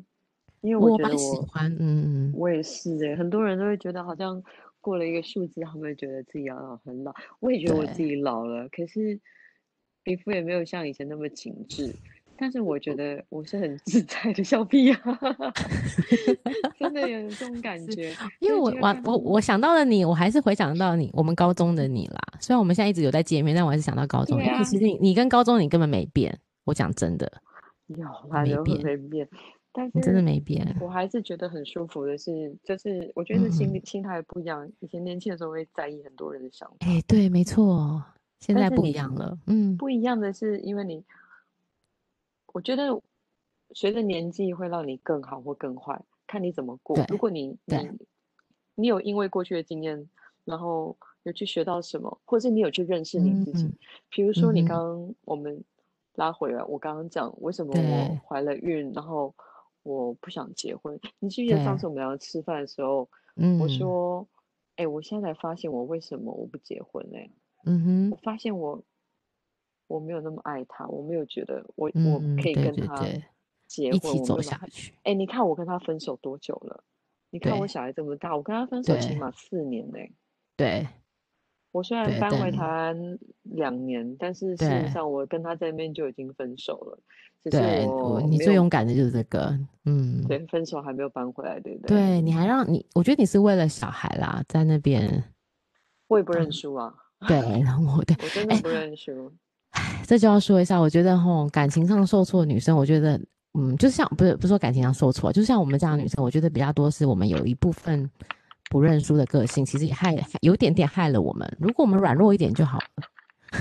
因为我
我
觉得
蛮喜
我欸
欢，嗯，
我也是哎，很多人都会觉得好像过了一个数字，他们觉得自己啊很老。我也觉得我自己老了，可是皮肤也没有像以前那么紧致。但是我觉得我是很自在的小屁啊， 真的有这种感觉。
因为我我我我想到了你，我还是回想到你，我们高中的你啦。虽然我们现在一直有在见面，但我还是想到高中。
对啊
因为其实你你跟高中你根本没变，我讲真的，
有啊，
没
人会
变
没变，但
你真的
是
没变。
我还是觉得很舒服的是，就是我
嗯
觉得是心理心态不一样。以前年轻的时候会在意很多人的想法，
哎、对，没错，现
但
在
是
不
你
一样了。嗯，
不一样的是因为你，我觉得随着年纪会让你更好或更坏，看你怎么过
对。
如果你
对
你你有因为过去的经验，然后有去学到什么，或者是你有去认识你自己。
嗯
比如说你
嗯哼
刚刚我们拉回来，我刚刚讲为什么
对
我怀了孕，然后我不想结婚。你记不记得上
对
次我们要吃饭的时候，
嗯，
我，说，哎、我现在才发现我为什么我不结婚嘞、
嗯
我
哼，
发现我我没有那么爱他，我没有觉得我、我
嗯，
可以
对
跟
对
他
对，
结
一
婚，
起
我
走
没有
下
办法
去。
哎、你看我跟他分手多久了？你看我
对
小孩这么大，我跟他分手起
对
码四年呢、
对
我虽然
对
搬回
但
台湾两年，但是事
对
实上我跟他在那边就已经分手了，只是
对，我
我
你
没
最
有
勇敢的就是这个，嗯，
对分手还没有搬回来，对不对？
对，你还让你，我觉得你是为了小孩啦，在那边，
我也不认
嗯
输啊，
对，然后我对，
我真的
哎
不认输。
这就要说一下，我觉得吼，感情上受挫的女生，我觉得，嗯，就像不是不是说感情上受挫，就像我们这样的女生，我觉得比较多是我们有一部分不认输的个性，其实也害有点点害了我们。如果我们软弱一点就好了。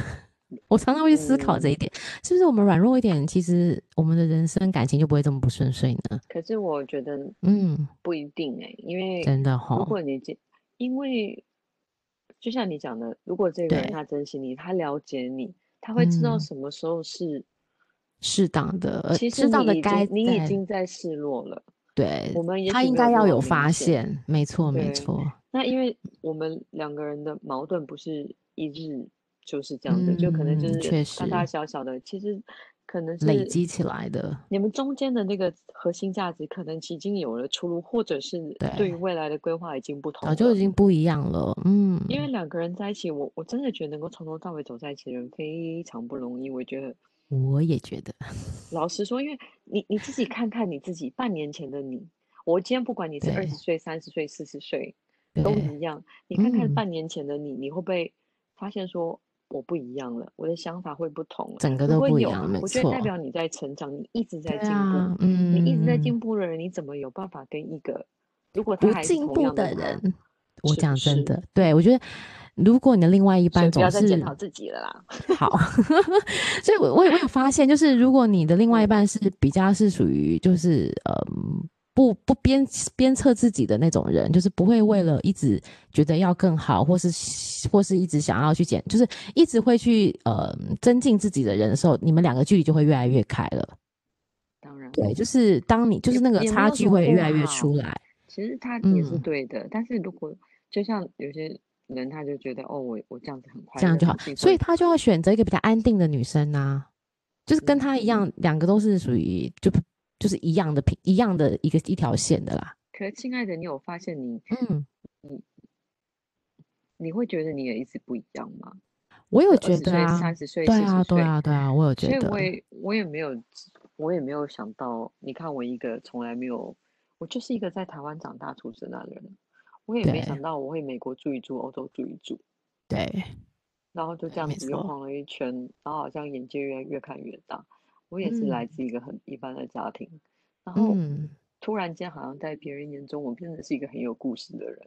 我常常会去思考
嗯
这一点，是不是我们软弱一点，其实我们的人生感情就不会这么不顺遂呢？
可是我觉得
嗯，
不一定哎、因为
真的吼
如，果你这，因为就像你讲的，如果这个人
对
他珍惜你，他了解你，他会知道
嗯
什么时候是，
适当的，呃
其实
适当的
你已
该
经你已
在
经在示弱了。
对
我们也
他
许
应
没有
该
那
要
么
有
明
发
显
现，没错没
对
错，
那因为我们两个人的矛盾不是一日就是这样子，就可能就
嗯确
是大大
实
小小的，其实可能
累
是
积起来的，
你们中间的那个核心价值可能已经有了出入，或者是
对
对于未来的规划已经不同
早
了。
就已经不一样了。嗯，
因为两个人在一起，我我真的觉得能够从头到尾走在一起的人非常不容易。我觉得，
我也觉得，
老实说，因为你你自己看看你自己，半年前的你，我今天不管你是二
对
十岁、三十岁、四十岁，都
对
一样。你看看
嗯
半年前的你，你会不会发现说我不一样了，我的想法会不同了？
整个
如
都
果
不一
有
样，没
我觉得
错
代，表你在成长，你一直在
对
进
啊
步，，
嗯，
你一直在
嗯
进步的人，你怎么有办法跟一个如果他
不
还是
进
同
步
样的
的
他，
人，我
是不
讲真
是
的，对我觉得，如果你的另外一
所以
半
不
总
要再检
是
讨自己了啦。
好，所以我我也我有发现，就是如果你的另外一
嗯
半是比较是属于就是嗯不不鞭鞭策自己的那种人，就是不会为了
嗯
一直觉得要更好，或是或是一直想要去减，就是一直会去呃增进自己的人的时候，你们两个距离就会越来越开了。
当然，
对，就是当你就是
嗯也
那个
也没
差
有什
距
么
会
不
越来越
好啊
出来。
其实他也是
嗯，
对的，但是如果就像有些人，他就觉得哦，我我这样子很快
这样
乐，
就好
很幸福，
所以他就要选择一个比较安定的女生呐、就是跟他一
嗯。
样，两个都是属于就就是一样的平一样的一个一条线的啦。
可是，亲爱的，你有发现你
嗯，
你会觉得你也一直不一样吗？
我有
二
觉
十
得
岁、
啊，
三十岁、
对
四
啊，
十
对
岁，
啊，对啊，我有觉
所以我
得，
也我也没有我也没有想到，你看我一个从来没有，我就是一个在台湾长大出生的人，我也没
对
想到我会美国住一住，欧洲住一住，
对
然后就这
对，
样
哎没
子又
错，
晃了一圈，然后好像眼界越越看越大。我也是来
嗯
自一个很一般的家庭，然后
嗯，
突然间好像在别人眼中，我真的是一个很有故事的人。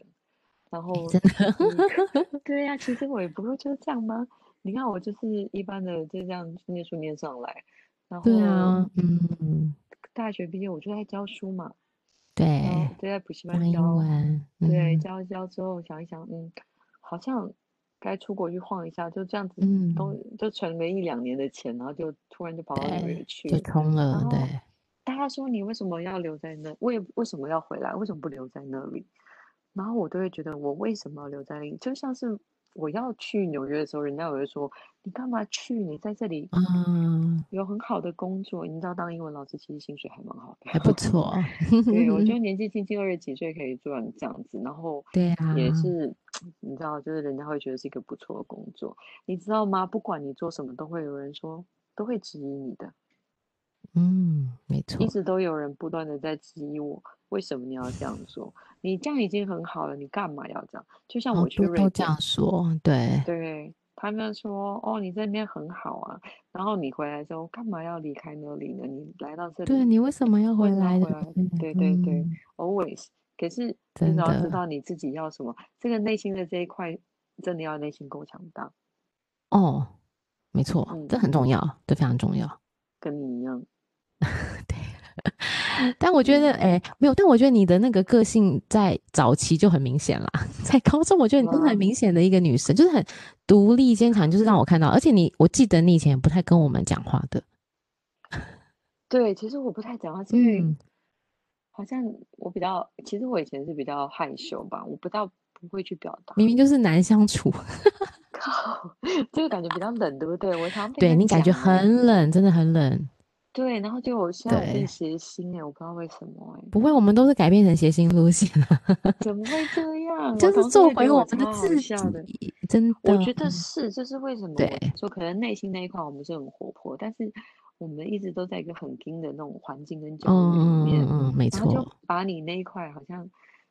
然
哎、
后
真的，
你， 对呀、其实我也不过就是这样吗？你看我就是一般的就这样念书念上来，然
对
后
啊，嗯，
大学毕业我就在教书嘛，然
对
后，就在补习班
哎当英
教，
文，
哦对，
嗯
教一教之后想一想，嗯，好像该出国去晃一下，就这样子都
嗯，
就存没一两年的钱，然后就突然就跑到纽约
对，
去
就
了。
冲
然
了，
后
对，
大家说你为什么要留在那？为为什么要回来？为什么不留在那里？然后我都会觉得我为什么要留在那里？就像是我要去纽约的时候，人家也会说你干嘛去？你在这里
嗯，
有很好的工作，你知道当英文老师其实薪水还蛮好
还不
的。
错，
对，我觉得年纪轻轻二十几岁可以做成这样子，然后
对
也
啊，
是你知道，就是人家会觉得是一个不错的工作，你知道吗？不管你做什么，都会有人说，都会质疑你的。
嗯，没错
一，直都有人不断的在质疑我，为什么你要这样做？你这样已经很好了，你干嘛要这样？就像
好
我去
多
瑞
哦都
典
这样说，对，
对，他们说哦，你这边很好啊，然后你回来之后干嘛要离开那里呢？你来到这里，
对你为什么要回
为什么要
来呢？
回来对对对
嗯
always。可是你
真
只要知
的
道你自己要什么，这个内心的这一块真的要内心够强大，
哦，没错，
嗯，
这很重要，这非常重要。
跟你一样，
对，但我觉得，
嗯，
哎、没有，但我觉得你的那个个性在早期就很明显啦， 在高中，我觉得你真的很
哇，
明显的一个女生，就是很独立坚强，就是让我看到，而且你，我记得你以前也不太跟我们讲话的，
对，其实我不太讲话，是因为
嗯，
好像我比较，其实我以前是比较害羞吧，我不到不会去表达，
明明就是难相处，
靠，这个感觉比较冷，对不对？我常常被
对
人家
你感觉
讲哎、
很冷，真的很冷，
对，然后就我现在我变
对，
谐星哎、我不知道为什么哎、
不会，我们都是改变成谐星路线了，
怎么会这 样？我
就是
同事
做
会觉
回
得我
我们的
超好
自
笑的。
己，真
我
的，嗯
觉得是，就是为什么
对，
我说可能内心那一块我们是很活泼，但是我们一直都在一个很硬的那种环境跟
嗯
教育里面，
嗯嗯嗯，没
然后就
错，
把你那一块好像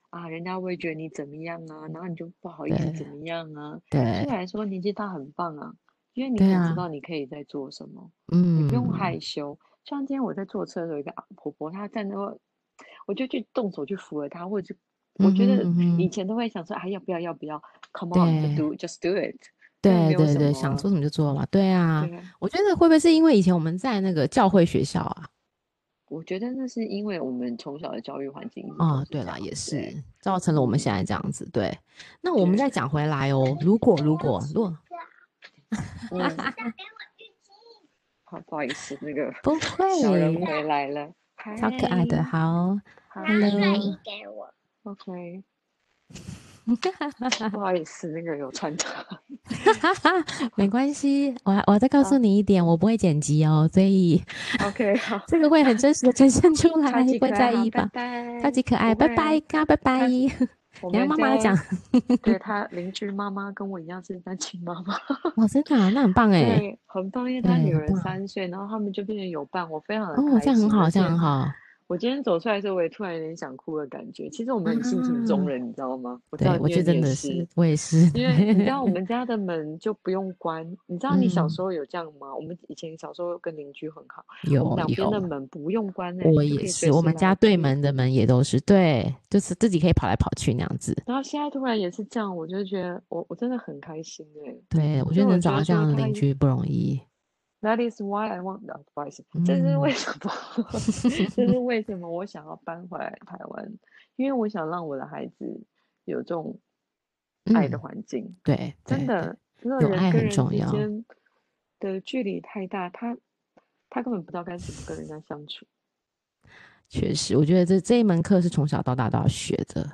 啊，人家会觉得你怎么样啊，然后你就不好意思
对
怎么样啊。对
对
我来说，年纪大很棒啊，因为你
对
很知
啊，
道你可以在做什么，你不用
嗯，
害羞。像今天我在坐车的时候，有一个阿婆婆她站在那，我就去动手去扶了她，或者就我
嗯
觉
哼
得
嗯
以
哼，
前都会想说，哎，要不要要不要？Come on，
对。
就 do just do it，这
对
没有
对
什
对，想
么，
做什么就做嘛。对啊，
对啊。
我觉得会不会是因为以前我们在那个教会学校啊？
我觉得那是因为我们从小的教育环境一直都
啊，
是
对
这
啦，
样，
也是
对，
造成了我们现
嗯，
在这样子。对，那我们
对，
再讲回来哦，如果如果如果，
嗯，好，不好意思，那个
不
小人
会，
回来了，嗨
超可爱的。好，Hello，
，Hello，OK，不好意思，那个有穿插，
哈哈，没关系，我还我再告诉
好
你一点，我不会剪辑哦，所以
，OK，好，
这个会很真实的呈现出来，
超级
不会
可爱，
在
好，
意
啊拜
吧？超
拜，
级可爱，
不
拜
会
拜，
啊，
嘎，拜拜，
他
你
我
让
们
妈
就
妈 讲。
对他邻居妈妈跟我一样是单亲妈妈，
哇，真的啊，那很棒哎，
对， 很棒，因为他
对，
女
很
儿
棒
三岁，然后他们就变成有伴，我非常的
哦，这
开
样很
心，
好，
而
这样
且
很好
我今天走出来的时候，我也突然有点想哭的感觉。其实我们很性情中
啊！
人，你知道吗？我知
对，
道，
我
因
觉
为
得
你
真
也
的
是，
是，我也是，
因为你知道 我们家的门就不用关，你知道你小
嗯，
时候有这样吗？我们以前小时候跟邻居很好，我们
有
两边的
有，
门不用关呢、
我
就
也
可以
是，
随
我
时
们
来
家对
去。
门的门也都是，对，就是自己可以跑来跑去那样子。
然后现在突然也是这样，我就觉得我我真的很开心哎、
对，我觉
所
得
以我
能找
觉
到
得
这
说
样的
他
邻居不容易。
That is why I want，啊不好意思，这是为
嗯，
什 么？这是为什么我想要搬回来台湾？因为我想让我的孩子有这种爱的
嗯，
环境。
对对对，
真的，真的
有
人
爱
跟
很
人
重
之
要。
间的距离太大，他他根本不知道该怎么跟人家相处。
确实，我觉得这这一门课是从小到大都要学的。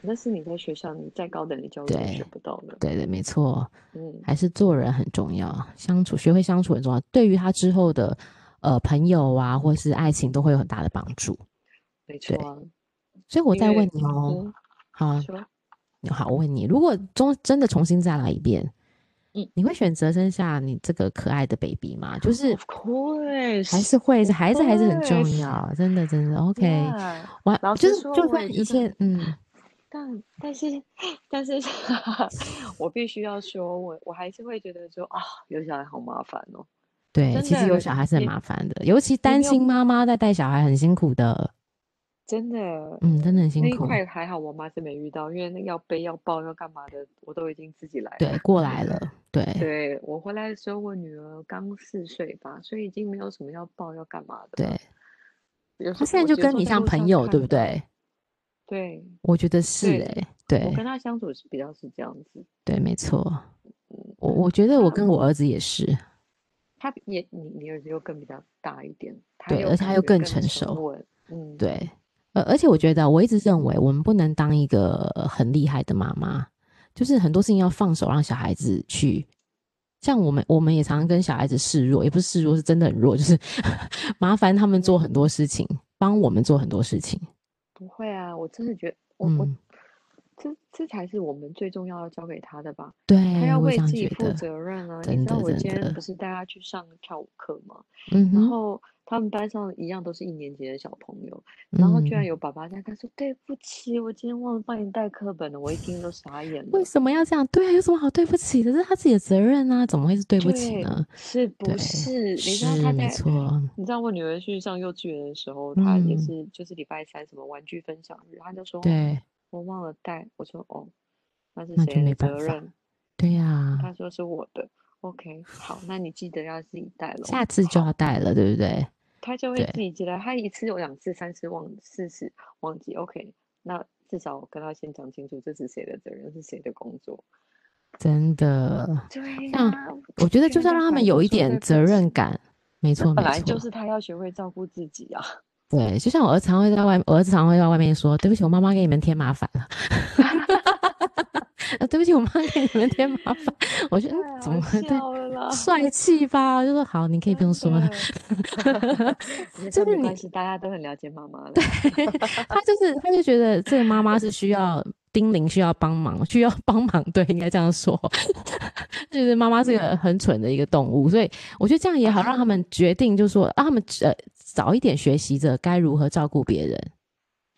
那是你在学校，你在高等的教育中学
对
不到的。
对对，没错，
嗯，
还是做人很重要，相处学会相处很重要，对于他之后的呃朋友啊，或是爱情都会有很大的帮助。
没
对，
错啊，
所以我
因
再问
为
你哦，
嗯，
好
你
啊，
说，
好，我问你，如果中真的重新再来一遍，
嗯
你会选择生下你这个可爱的 baby 吗？就是
，Of
还是
course,
会，
of
孩子还是很重
course,
要，真的真的，OK，
yeah。
我
老
就
实
是
说，
就
我
算
也觉
一
得。
切，嗯，
但但是 但是，我必须要说，我我还是会觉得说啊，有小孩好麻烦哦，
对，
真
其实有
的，
小孩是很
你
麻烦的，尤其
你
单
没有
亲妈妈在带小孩很辛苦的，
真的
嗯，真的很辛
那一
苦，
块还好，我妈是没遇到，因为那要背要抱要干嘛的，我都已经自己来
对，
了。
过来了，对
对，我回来的时候，我女儿刚四岁吧，所以已经没有什么要抱要干嘛的了。
对，
有
他
时
现在
我
就
有时
跟
候
你
在
像
路
朋
上
友，对不
看到，
对？
对
我觉得是
对，
诶，
我跟
对
她相处是比较是这样子，
对，没错，
嗯，
我我觉得我
她
跟我儿子也是。
他比也你你儿子又更比较大一点，他
对，
又
而且他
感
又
觉
更
更
成
沉
熟，
稳，嗯，
对，呃，而且我觉得我一直认为我们不能当一个呃很厉害的妈妈，就是很多事情要放手让小孩子去。像我们，我们也常常跟小孩子示弱，也不是示弱，是真的很弱，就是 麻烦他们做很
嗯，
多事情，帮我们做很多事情。
不会啊，我真的觉得我我
嗯
这这才是我们最重要要交给他的吧。
对，
他要
哎我
为
这样
自己
觉
负
得
责任啊！
真
你知道
的
我
真
今天
的
不是带他去上跳舞课吗？
嗯
然
哼，
后他们班上一样都是一年级的小朋友，然后居然
嗯，
有爸爸在，他说对不起，我今天忘了帮你带课本了，我一听都傻眼
为
了。
什么要这样？对啊，有什么好对不起的？这是他自己的责任啊，怎么会是对不起
对，
呢？
是
对，
不是？你知道
是
他
没
在，
错，
你知道我女儿去上幼稚园的时候，她也
嗯，
是就是礼拜三什么玩具分享日，她就说哦，
对，
我忘了带。我说哦，那是
那就
谁的
没办
责
法，
任？
对呀、
她说是我的。OK，好，那你记得要自己带喽。
下次就要
好，
带了，对不对？
她就会自
对，
己记得，她一次有两次、三次忘四次忘记。OK，那至少我跟她先讲清楚，这是谁的责任，是谁的工作。
真的，
对
像哦
呀，我
我觉得
居
就是
然
要
在
让他们
反复
有一
说
点
对不
责任
起。
感，没
这
错，
本
没
来就
错。
是他要学会照顾自己啊！
对，就像我儿子常会在外，我儿子常会在外面说：“对不起，我妈妈给你们添麻烦了。” 呃，对不起，我妈给你们添麻烦。 我觉得、嗯
太
怎
哎好
么会对，
笑啊了 啦，
帅气吧？就说好， 你可以不用
真
说了。
的。我觉
就
得
是
没
你，
关系，大家都很了解妈 妈了。
他就是他就觉得这个妈妈是需要叮咛，需要帮忙，需要帮忙，对，应该这样说。 就是妈妈是个
嗯
很蠢的一个动物，所以我觉得这样也好，让他
啊，
们决定，就说让他们呃早一点学习着该如何照顾别人。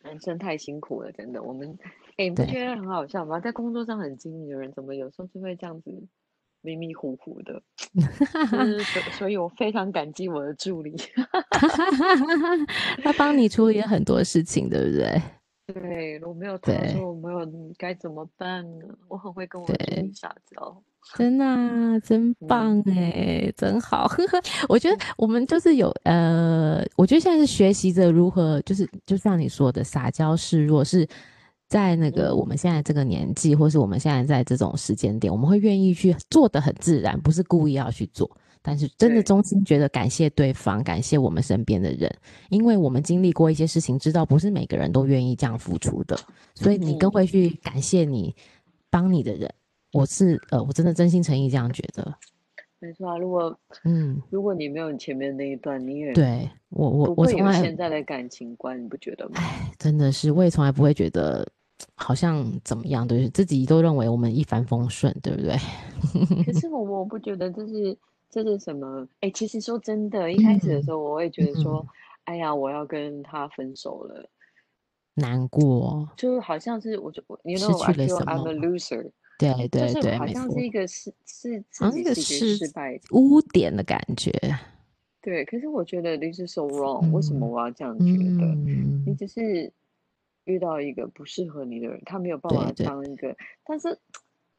人生太辛苦了，真的。我们，哎，你不
对，
觉得很好笑吗？在工作上很精明的人，怎么有时候就会这样子迷迷糊糊的？就是所，所以我非常感激我的助理。
他帮你处理了很多事情，对不对？
对，如果没有他
对
说我没有，你该怎么办呢？我很会跟我的助
对，
理撒娇。
真的啊，真棒
嗯，
哎，真好。 我觉得我们就是有呃，我觉得现在是学习着如何，就是就像你说的，撒娇示弱是在那个我
嗯，
们现在这个年纪，或是我们现在在这种时间点，我们会愿意去做的很自然，不是故意要去做。但是真的
对，
衷心觉得感谢对方，感谢我们身边的人，因为我们经历过一些事情，知道不是每个人都愿意这样付出的，所以你更
嗯。
会去感谢你帮你的人。我是呃，我真的真心诚意这样觉得。
没错啊，如果
嗯，
如果你没有你前面那一段，你也
对我我
不
我
会
从
有
来
现在的感情观，你不觉得吗？
哎，真的是我也从来不会觉得好像怎么样，对，自己都认为我们一帆风顺，对不对？
可是我我不觉得这是这是什么？哎，其实说真的，一开始的
嗯
时候，我也觉得说，
嗯，
哎呀，我要跟他分手了，
难过，
就是好像是我就我，you
失
know
去了
I feel
什
I'm
么？
a loser，
对
嗯就
对
是
对，
好
没
像是
错，
一个失是
好
自
像一
己
个
是一个
是
失败，
污点的感觉。
对。可是我觉得 this is so wrong，为什么
嗯
我要这样觉得？你
嗯，
只是遇到一个不适合你的人，他没有办
对
法
对，
当一个，但是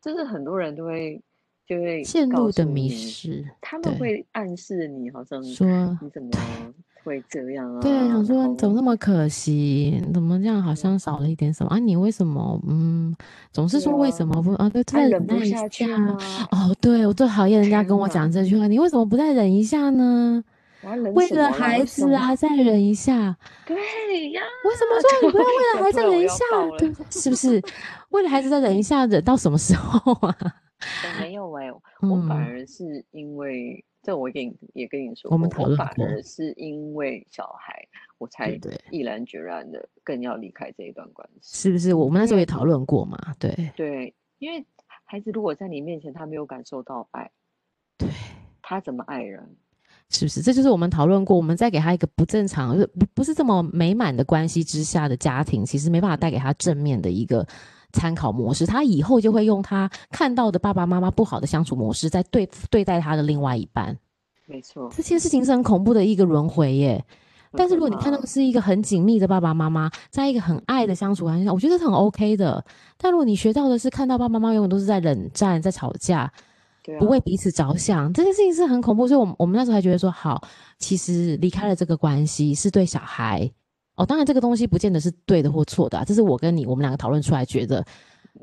就是很多人都会就会
陷
告
入的
诉
迷
你，
失，
他们
对，
会暗示你，好像
说
你怎
对。
么会这样
对，
啊，
想
然
说你怎么那
后
么可惜？你怎么这样？好
嗯，
像少了一点什么啊？你为什么？嗯，总是
对
说为
啊，
什么不啊？对，
他
再忍
忍
耐
不
一
下
下。
去吗？
哦，对，我最讨厌人家跟
天
我讲
哪，
这句话，你为什么不再忍一下呢？
我要忍
为
什
了
么啦？
孩
为什
子啊，
么？
再忍一下。
对 呀，
为什么说你不要为了
要
孩
不
子
然
忍
我
一
要
下？
爆了。
对，是不是？为了孩子再忍一下，忍到什么时候啊？
哎，没有哎，我反
嗯，
而是因为这，我跟你也跟你说
我
过，
们讨
我
论
反
过，
而是因为小孩，我
嗯对
才
对，
毅然决然的更要离开这一段关系，
是不是？我们那
因
时候也
为
讨论过嘛？对
对，因为孩子如果在你面前他没有感受到爱，
对。
他怎么爱人？
是不是？这就是我们讨论过，我们再给他一个不正常，就是不不是这么美满的关系之下的家庭，其实没办法带给
嗯，
他正面的一个参考模式。他以后就会用他看到的爸爸妈妈不好的相处模式，在对对待他的另外一半。
没错，
这件事情是很恐怖的一个轮回耶。
很
但是如
可
果
怕
你看到的
啊。
是一个很紧密的爸爸妈妈，在一个很爱的相处环境下，我觉得是很 OK 的。但如果你学到的是看到爸爸妈妈永远都是在冷战、在吵架，
对
不为
啊，
彼此着想，这件事情是很恐怖。所以，我们我们那时候还觉得说，好，其实离开了这个关系是对小孩哦，当然这个东西不见得是对的或错的、啊，这是我跟你我们两个讨论出来，觉得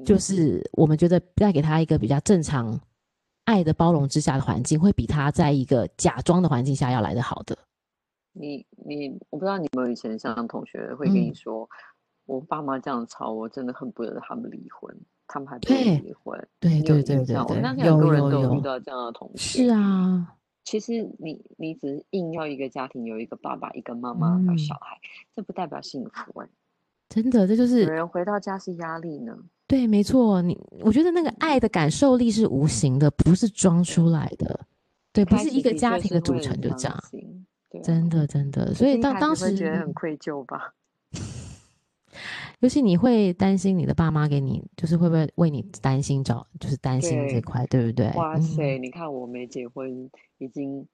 就
嗯，
是我们觉得带给他一个比较正常爱的包容之下的环境，会比他在一个假装的环境下要来的好的。
你你，我不知道你有没有以前像同学会跟你
嗯，
说，我爸妈这样吵，我真的恨不得他们离婚，他们还不如
对，
离婚。
对，
你有
对，对，
印
对，
象？我
对，
相信很
有，
多人
有，
都有遇
有，
到这样的同
是
学。
啊，
其实你你只是硬要一个家庭有一个爸爸、一个妈妈，还有小
嗯，
孩，这不代表幸福哎、
真的，这就
有
是
人回到家是压力呢。
对，没错，你我觉得那个爱的感受力是无形的，不是装出来的，对，不
开
是
始
一个
的
家
确
庭
是
的组
会
成
很
就
伤
这样，
心，对啊
真的真的。所
一
以
定
当
开
当
始会觉得
时
很，愧疚吧，
尤其你会担心你的爸妈给你，就是会不会为你担心找，就是担心这
对
块，对不对？
哇
嗯，
塞，你看我没结婚已经。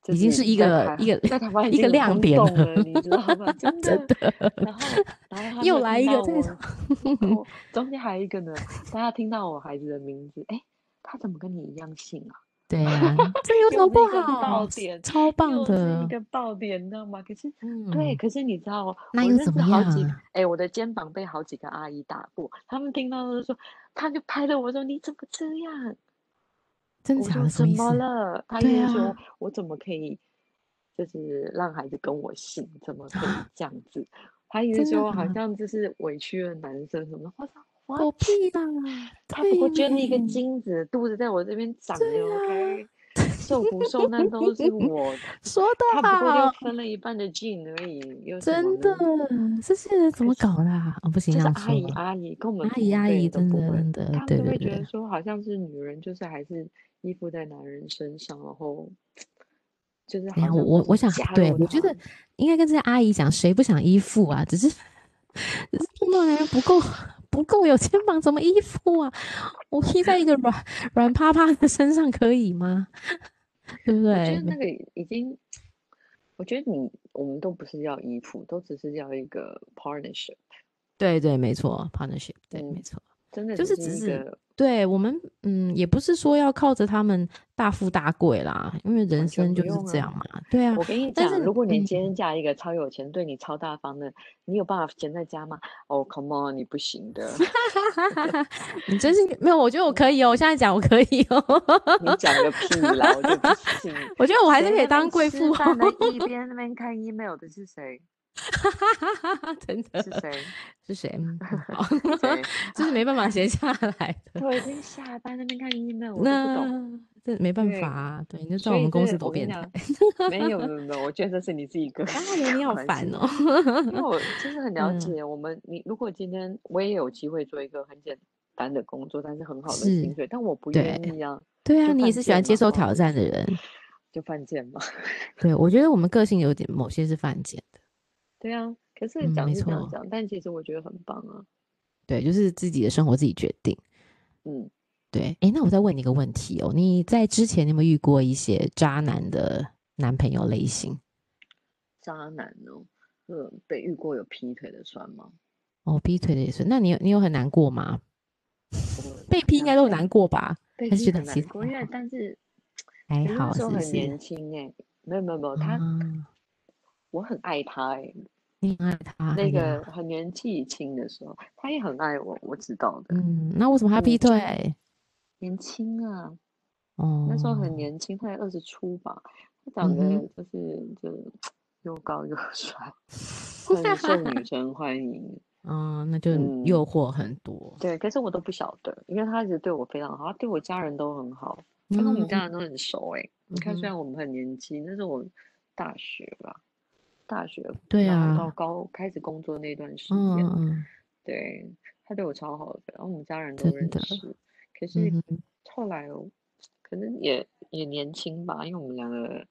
就
已经
是
是一
在
个
台
一个
在台湾已
一
经
个
很
亮
轰
点
动
了，
了，你知道 吗？真
真
的。
的，
然后，然后他
又
就
来
听
一个
到
这
我，
种，
我中间还有一个呢，大家听到我孩子的名字，哎，他怎么跟你一样姓啊？
对呀、这有什么
又是一
不
个
好？
爆点，
超棒
又是一
的，
个爆点，你知道吗？可是，对，
嗯，
可是你知道，
那
我
又怎
认
么
识好
样
几个，
啊？
哎，我的肩膀被好几个阿姨打过，他们听到都说，他就拍着我说你怎么这样？
真
我
假
说
的什
怎
么意
么
思？
了？他就
对
是说
啊，
我怎么可以，就是让孩子跟我姓，怎么可以这样子？他一
真
直
的
说好
啊，
像就是委屈了男生什么的。我说 what？
狗屁啦，
他不过
对
就是一个
呢，
精子，肚子在我这边长
对啊
的
呀、
，OK，受不受难 都是我的，
说得
他不过就
好，
分了一半的 gene 而已，有什么
真的，
呢？
这些人怎
可
么
是。
搞的啊？啊不行，
就
这
是
样
阿
说
姨
了，
阿姨跟我们
阿姨
同
阿
辈
姨，
的都
真
不
的真
会，
的，
他们
对嗯
都
对
会觉
对，
得说好像是女人就是还是依附在男人身上，然后就是
怎
好
样？哎我
像就
我
是
我想，
加
对
入
我觉
他
得
们。
应该跟这些阿姨讲，谁不想依附啊？只是只是工作人员不够不够有肩膀，怎么依附啊？我依在一个软软趴趴的身上可以吗？ 对不
我觉
对？
得那个已经，我觉得你我们都不是要依附，都只是要一个 partnership。
对对，没错，partnership，对，没
嗯，
错，
真的
就
只
是
是
只
一
是
个
对我们，嗯，也不是说要靠着他们大富大贵啦，因为人
完全
生
不
就是
用
这
啊。
样嘛，对啊。
我跟你
但是，
讲，如果你今
嗯，
天嫁一个超有钱、对你超大方的，你有办法闲在家吗？哦，come on，你不行的。
你真是没有，我觉得我可以哦，我现在讲我可以哦，
你讲个屁啦！我就不信，
我觉得我 还是
谁
可以
那
当
边
贵
吃
妇
饭
哦，
呢，一边那边看 email 的是谁？
真
是
的
谁？
是谁？ 嗯，嗯好，
谁？
就是没办法闲下来 的，
都已经下班那边看 email，我都不懂。
那这没办法
对，
啊，对，你就知道
所
我
以
们公司
这
多
我跟你
变态，
讲，没有没有没有，我觉得这是你自己个人
妈的，你好
关
烦
系。
哦，
因 为我其实很了
嗯，
解，我们你如果今天我也有机会做一个很简单的工作，但是很好的薪
是，
水，但我不
对。
愿意啊，
对啊，
就
你也
犯
是喜
贱
欢接
嘛，嗯
受
哈，
挑战的人。
就犯贱嘛。
对，我觉得我们个性有点某些是犯贱的。
对啊，可是
嗯，
讲
没
是这样
错，
讲，但其实我觉得很棒啊。
对，就是自己的生活自己决定。
嗯，
对，诶，那我再问你一个问题哦，你在之前你有没有遇过一些渣男的男朋友类型？
渣男哦，呃，被遇过有劈腿的算吗？
哦，劈腿的也是。那你有你有很难过吗？
我
被劈应该
难
都很
过，
难过吧？
被
还是
劈
觉得
很
其
难
实
过，
还
因为
好，
但
还
是可是那
好
时候
是不
很
是？
年轻哎、没有没有没有，他
啊，
我很爱他哎、
你很爱他，哎
那个
呀，
很年纪轻的时候，他也很爱我，我知道的。
嗯，那为什么他劈
嗯，
腿？
年轻啊，那时候
哦，
很年轻，他才二十出吧，他长
嗯哼，
得就是就又高又 帅，很受女生欢迎。
嗯，那就
嗯，
诱惑很多。
对，可是我都不晓得，因为他一直对我非常好，他对我家人都很好，他跟我们
嗯
家人都很熟诶、你
嗯
看，虽
哼，
然我们很年轻，那是我大学吧，大学，
对
然后到
啊，
高开始工作那段时间，
嗯嗯，
对，他对我超好的，然后我们家人
真
都认
的，
识。可
嗯
是
哼，
后来哦，可能也也年轻吧，因为我们两个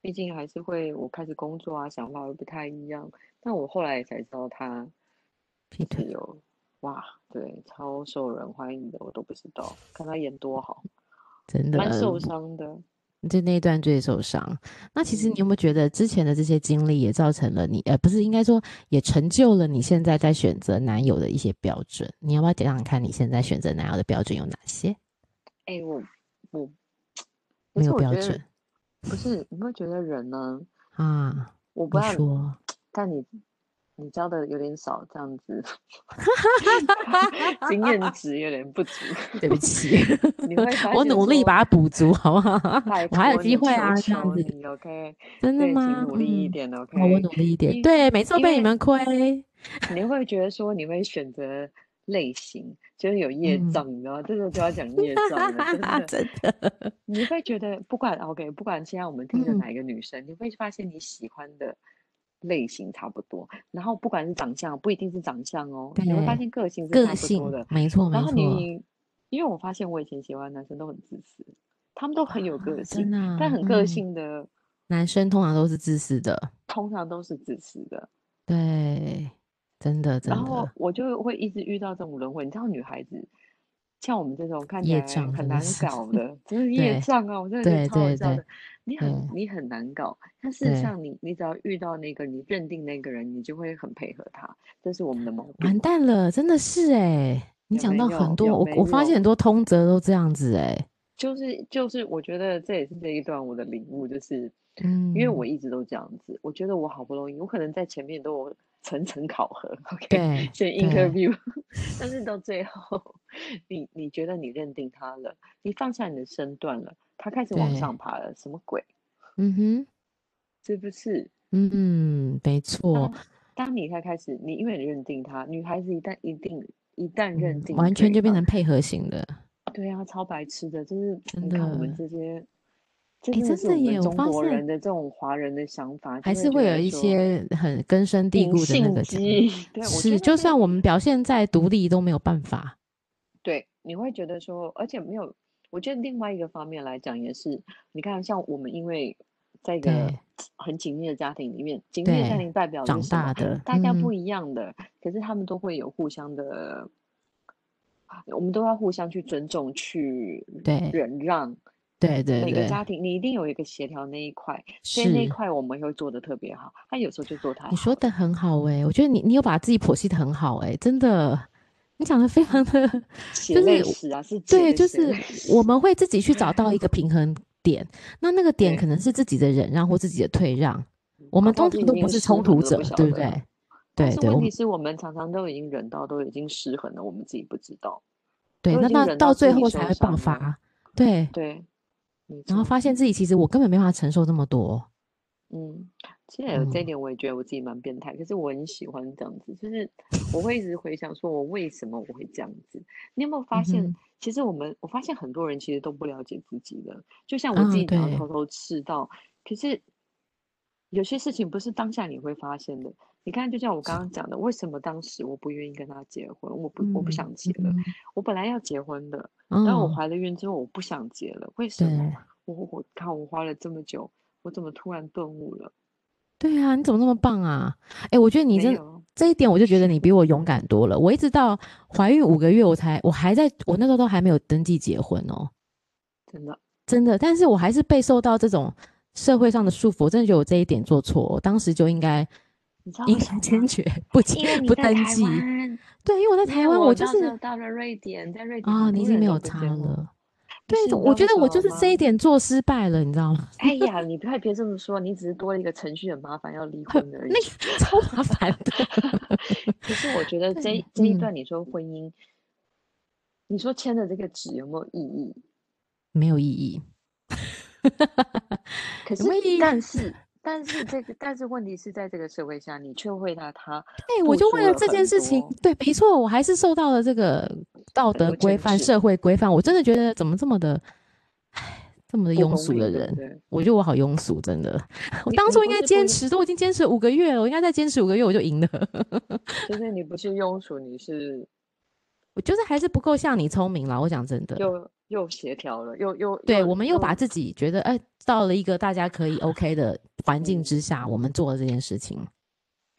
毕竟还是会，我开始工作啊，想法会不太一样。但我后来才知道他
劈
就是
腿，
有，哇，对，超受人欢迎的，我都不知道，看他演多好，
真
蛮
的，嗯
受伤的。
就那一段最受伤。那其实你有
嗯，
没有觉得之前的这些经历也造成了你，呃，不是应该说也成就了你现在在选择男友的一些标准？你要不要讲讲看你现在选择男友的标准有哪些？
哎，我我，可
没
是
有
我
标
觉得
准
不是，你会觉得人呢？
啊？
我不
你
知道，
说，
但你你教的有点少，这样子经 验值有点不足。
对不起，
你会发
我
现
努力
说，
把它补足，好不好？
拜
我还有
托
机
你，
会
求
啊，这样
求
子，
你，OK？
真的
对，请
吗？
努力一
嗯，
点
好，我
，OK？
努力一点。
因
对，每次都
因
被你
为
们亏，
你会觉得说你会选择类型，就是有业
嗯。
障，你知道吗？这个就要讲业障了，真的。
真 的，
你会觉得不管 OK，不管现在我们听的
嗯，
哪一个女生，你会发现你喜欢的。类型差不多，然后不管是长相，不一定是长相哦，
对
你会发现个性是
个
差不
性
多的。
没错没
然后
错，
你，因为我发现我以前喜欢的男生都很自私，他们都很有个
真
性，
的啊、
但很个
嗯
性的
男生通常都是自私的，
通常都是自私的。
对，真的真
然后
的
我就会一直遇到这种轮回。你知道，女孩子像我们这种看起
业
来
障
很
真的
难
是
搞的，真是业
对
障啊！我真的觉
对
得超好
对
笑
对
的。你很
对
你很难搞，但事实
对
上你你只要遇到那个你认定那个人，你就会很配合他，这是我们的毛病。
完蛋了，真的是哎、你
有
讲
没
到很
有？
多，
有
我
没
我发现
有？
很多通则都这样子哎、
就是就是，我觉得这也是这一段我的领悟，就是因为我
嗯，
一直都这样子，我觉得我好不容易，我可能在前面都有层层考核，OK，
对
先
对
interview，但 是到最后，你你觉得你认定他了，你放下你的身段了，他开始往
对，
上爬了，什么鬼？
嗯哼，
是不是？
嗯，没错，
当当你才开始，你因为你认定他，女孩子一旦一定一旦认
嗯，
定
完全
对
就变
方，
成配合型的，
对啊，超白痴的，就是
真
你
的，
看我们这些，这
哎、
真的
真
是
的
我们
耶，我
中
发
国
现
人的这种华人的想法，就
还
会
是
觉
会有
得
一
说
些很根深蒂
隐
固的那
性
个讲，
基，对，我觉
是，
得那
就
些
算我们表现再独立都没有办法，
对，你会觉得说，而且没有，我觉得另外一个方面来讲也是，你看，像我们因为在一个
对
很紧密的家庭里面，紧密的家
对，
庭代表的啊哦是
长大
什么？
的，
大家
嗯，
不一样的，可是他们都会有互相的，我们都要互相去尊重、去
对
忍让。
对对
每个
对，
家庭你一定有一个协调那一块，所以那一
是。
块我们会做得特别好，他有时候就做太
你说
好了。
的很好哎、我觉得你你有把自己剖析的很好哎、真的，你讲的非常 的，
血
就
泪
是
史啊，是姐
对，
的
就
血
是
泪
我
史。
们会自己去找到一个平衡点，那那个点可
对，哦
能是自己的忍让或自己的退让，我
搞
们
不好
通
是
常
已
都不
经
是
失
冲
衡
突
了，不
者，
晓
对不
得。
对？
但
对
是
对，
问
我们
题是我们常常都已经忍到都已经失衡了，我们自己不知道，
对，
都已
那
经
到
忍
到
到自
最
己
后
受
才会爆
伤了。
发，对，
对，没
然后
错。
发现自己其实我根本没办法承受这么多，
嗯，其实有这
嗯，
一点，我也觉得我自己蛮变态，可是我很喜欢这样子，就是我会一直回想，说我为什么我会这样子。你有没有发
嗯
现，
哼，
其实我们我发现很多人其实都不了解自己的，就像我自
啊，
己常常
对，
偷偷吃到，可是有些事情不是当下你会发现的。你看，就像我刚刚讲的，为什么当时我不愿意跟他结婚，我不我不
嗯
想结了，
嗯
我本来要结婚的，然后我
嗯，
怀了孕之后我不想结了，为什么？
对。
我我看我花了这么久，我怎么突然顿悟了？
对啊，你怎么那么棒啊？哎，我觉得你
没
真
有，
这一点，我就觉得你比我勇敢多了。我一直到怀孕五个月，我才我还在我那时候都还没有登记结婚哦，
真的，
真的。但是我还是被受到这种社会上的束缚，我真的觉得我这一点做错，我当时就应该
你知道
应
为什
该
么
坚
吗？
决不结
啊因为你
不
在
登
台
记。
湾，
对，因为我在
因
台
为
湾，我
我
就
到时
是
候到了瑞典，在瑞典
啊、
很
你已
多
经
人
没
都
有
不结
差
婚。
了。
不
对，
是，你知
我
道
觉
为
得
什
我就
么
是这一
吗？
点做失败了，你知道吗？
哎呀，你快别这么说，你只是多了一个程序很麻烦要 离
很
婚而
那
已。
个超麻烦的。
可是我觉得
对，
这一这一
嗯，
段你说婚姻，你说签的这个纸有没有意义？
没有意义，
可
有
是，
没有意义？
但是，但是这个，但是问题是在这个社会下，你却为了他
对，哎我
付
就为
出
了
了
这件
很
事情，
多
对，没错，我还是受到了这个道
很
德
多
规
牵
范、
制，
社会规范。我真的觉得怎么这么的，唉，这么的
不
庸
公
俗的
平，对不
人，
对？
我觉得我好庸俗，真的。 我
你
当
你
初应
不
该
是不
坚
一，
持，都已经坚持五个月了，我应该再坚持五个月我就赢了。
就是你不是庸俗，你是
我就是还是不够像你聪明啦，我讲真的。
又又协调了，又又
对，
又
我们又把
又，
自己觉得，哎、到了一个大家可以 OK 的环境
嗯。
之下，我们做了这件事情。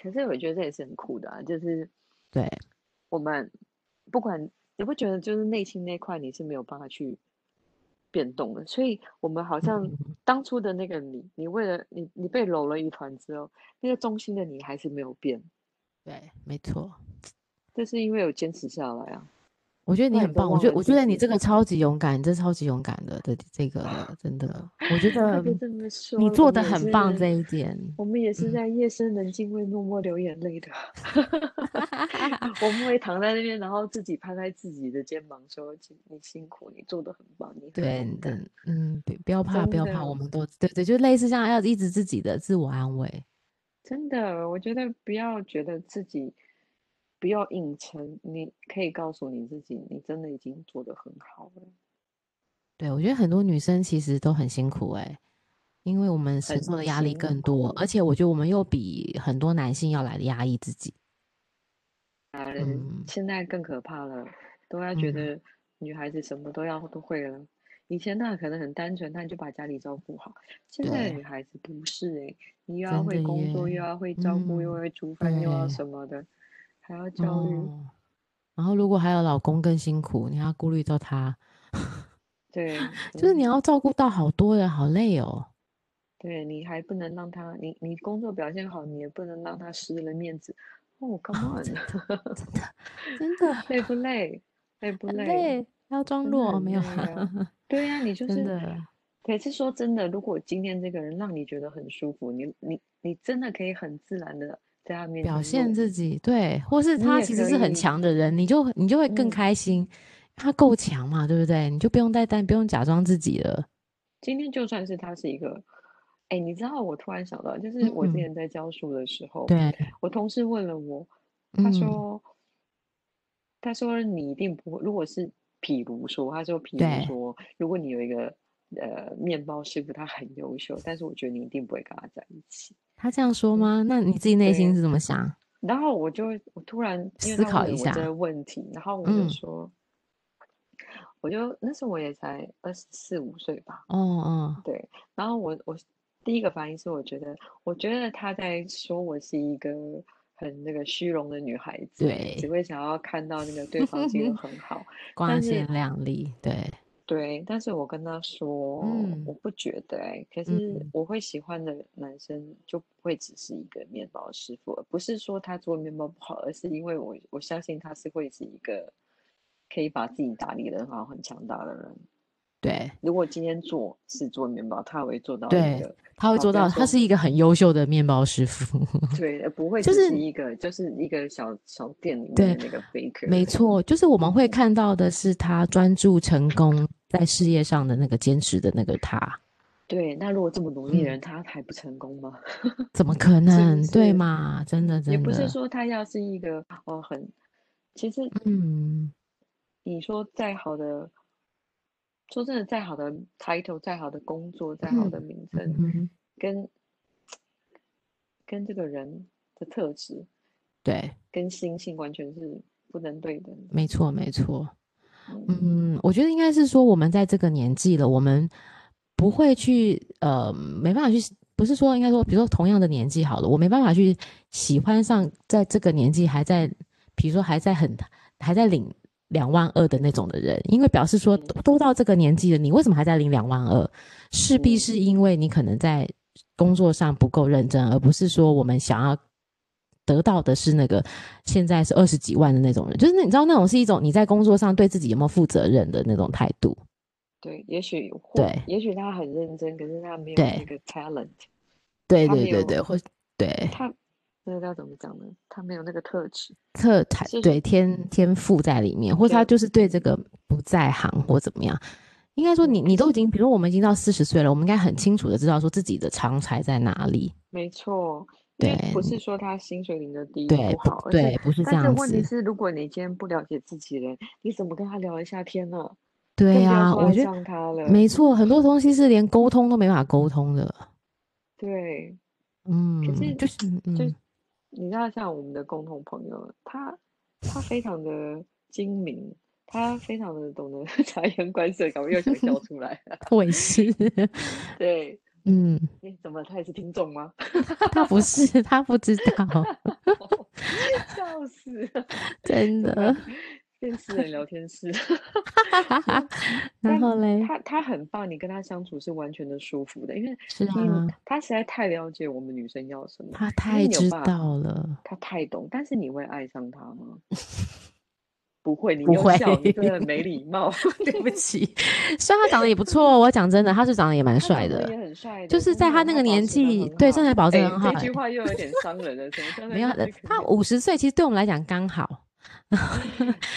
可是我觉得这也是很酷的啊，就是
对，
我们不管你不觉得就是内心那块你是没有办法去变动的，所以我们好像
嗯，
当初的那个你，你为了你你被揉了一团之后，那个中心的你还是没有变，
对，没错。
这是因为有坚持下来啊，
我觉得
不
你
然
很
你都
棒，我
忘
觉得
了
我觉
自
得你
己。
这个超级勇敢，你这超级勇敢的，这这个真的，我觉
快
得
别这么
嗯你
啊说了，我
做
们
的
也
很棒
是，
这一点，
我们也是
嗯，
在夜深人静会默默流眼 泪的。我们会躺在那边，然后自己拍拍自己的肩膀，说：你辛苦，你做的很棒，你很
对
勇
的，
敢。”
嗯，不不要怕，不
真
要怕，我
的，
们都对对，就类似这样，要一直自己的自我安慰，
真的，我觉得不要觉得自己不要硬撑，你可以告诉你自己，你真的已经做得很好了。
对我觉得很多女生其实都很辛苦哎、因为我们承受的压力更多，而且我觉得我们又比很多男性要来的压抑自己。
啊，
嗯
人现在更可怕了，都要觉得女孩子什么都要都会了。以前那可能很单纯，那你就把家里照顾好。现在的女孩子不是哎、欸，你又要会工作，
真的耶
又要会照
嗯
顾，又会煮饭，又要
对
什么的，还要教育。
哦然后，如果还有老公更辛苦，你还要顾虑到他，
对，
就是你
嗯
要照顾到好多人，好累哦。
对，你还不能让他，你你工作表现好，你也不能让他失了面子。哦，come on，
真的，真的，真的
累不累？累不
很
累？
累，还要装
真的
弱哦，
很
没有
累
啦，
啊对呀、你就
真
是
的，
可是说真的，如果今天这个人让你觉得很舒服，你你你真的可以很自然的在他面
表
前
现
露
自己，对，或是
你
他
也
其实
可
是很
以
强的人，你就你就会更
嗯，
开心，他够强嘛，对不对？你就不用再担，不用假装自己了。
今天就算是他是一个，哎，你知道我突然想到，就是我
嗯，
之前在教书的时候，
对，
我同事问了我，哦他
嗯，
说他说你一定不会，如果是譬如说，他说譬如
对，
说，如果你有一个呃面包师傅，他很优秀，但是我觉得你一定不会跟他在一起。
他这样说
嗯，
吗？那你自己内心
对。
是怎么想？
然后我就会我突然，因为
思
他
考
问了
一
我这个
下，
问题，然后我就
嗯，
说，我就那时候我也才二十四五岁吧，
哦哦，
对。然后我我第一个反应是，我觉得我觉得他在说我是一个很那个虚荣的女孩子，只
对，
会想要看到那个对方是一个很好，
光
但是
鲜亮丽，对，
对，但是我跟他说，
嗯
我不觉得哎、可是
嗯，
我会喜欢的男生就不会只是一个面包师傅，不是说他做面包不好，而是因为我我相信他是会是一个可以把自己打理得很好、很强大的人。
对
如果今天做是做面包，他会做到一
对，
个
他会
好，
做
不要
到，他
说
是一个很优秀的面包师 傅，
对，呃不会
就
只
是
是一个就是一个小小店里面
对，
的那个 baker
没
而已。
错，就是我们会
嗯，
看到的是他专注成功在事业上的那个坚持的那个他，
对。那如果这么努力
嗯，
的人，他还不成功吗？
怎么可
是不
能？对
是？
嘛？真的，
也
真
不是
的，
说他要是一个哦很，其实
嗯，
你说再好的，说真的，再好的 title，再好的工作，再好
嗯
的名
嗯
声，
哼，
跟跟这个人的特质
对，
跟心性完全是不能对等的。
没错，没错。
嗯，
嗯，我觉得应该是说，我们在这个年纪了，我们不会去呃，没办法去，不是说应该说，比如说同样的年纪好了，我没办法去喜欢上在这个年纪还在，比如说还在很还在领两万二的那种的人，因为表示说
嗯
都都到这个年纪了，你为什么还在领两万二？势必
嗯，
是因为你可能在工作上不够认真，而不是说我们想要。得到的是那个现在是二十几万的那种人，就是那你知道那种是一种你在工作上对自己有没有负责任的那种态度。
对，也许或
对
也许他很认真，可是他没有那
对
个 talent，
对
他
对
没
对
有
对，或对
他那个叫怎么讲呢？他没有那个特质，
特才
是嗯
对天天赋在里面，或者他
对，
就是对这个不在行或怎么样。应该说
对，
你
可
你都已
是。
经，比如说我们已经到四十岁了，我们应该很清楚的知道说自己的长才在哪里。
没错，因为
对
不是说他薪水领的低
对
嗯不
不
好，而是
对？不是这
但是
样
问题
子。
是，如果你今天不了解自己人，你怎么跟他聊得下天呢？
对
更不要
呀、
说
我
爱
觉得
上他了。
没错，很多东西是连沟通都没办法沟通的。
对，可
嗯，
是
就是
就
嗯，
你知道，像我们的共同朋友，他他非常的精明，他非常的懂得 察言观色，搞我又 想笑出来。
我也 是。
对，
嗯，
你怎么他也是听众吗？
他不是，他不知道，
笑死了，
真
怎么
的。
办？变私人聊天室。
哈哈哈，然
然后，但
后嘞，
他他很棒，你跟他相处是完全的舒服的，因为
是
你
啊，
他实在太了解我们女生要什么，
他
可是
太
你有
知
办法，
道了，
他太懂，但是你会爱上他 吗？不会，你
不
又
会，
笑，你真的没礼貌。
对不起。虽然他长得也不错哦，我讲真的，他是长得也 蛮
他
帅
长得
的，
也很帅
就
的，
是
真
在他
的，
那
他
个
保
年
持得
纪，
很
对身
好。
材保持得
哎，
很好、
这
哎，
句话又有点伤人了，怎么伤
没
人
有，
到
呃
这个
他
地
五十岁其实对我们来讲刚好，
步？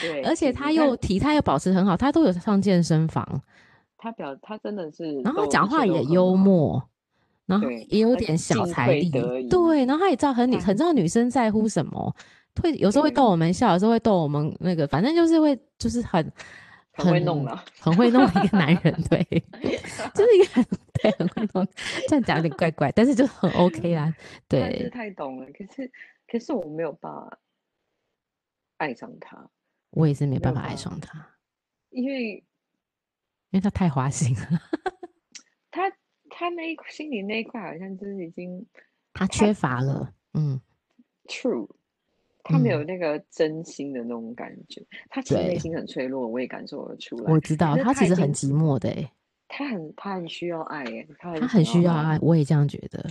对，
而且
你
他
看
又体态又保持得很好，他都有上健身房，
他表，他真的是
然后
都
讲
一切
话
都
也
很
幽
好，
默，然后
对，
也有
而且
点小
进
财
退
力，
得宜，
对，然后他也知道很女
他
很知道女生在乎什么，会有时候会
对。
逗我们笑，有时候会逗我们那个，反正就是会就是很。
很会弄啊 了，
很会弄的一个男人，对， 就是一个很对很会弄，这样讲有点怪怪，但是就很 OK 啦，
他就是
对，
太懂了。可是，可是我没有办法爱上他，
我也是没
没
办
有
法爱
吧
上他，
因为
因为他太花心了，
他他那一心里那一块好像就是已经
他
太
缺乏了，嗯，
true，他没有
嗯
那个真心的那种感觉。他其实
对
内心很脆弱，我也感受得出来。
我知道
是
他
他
其
已
实很寂
经
寞的、欸，
他很他很需要爱耶，他
他
很啊
很
想
需要
爱
爱，我也这样觉得。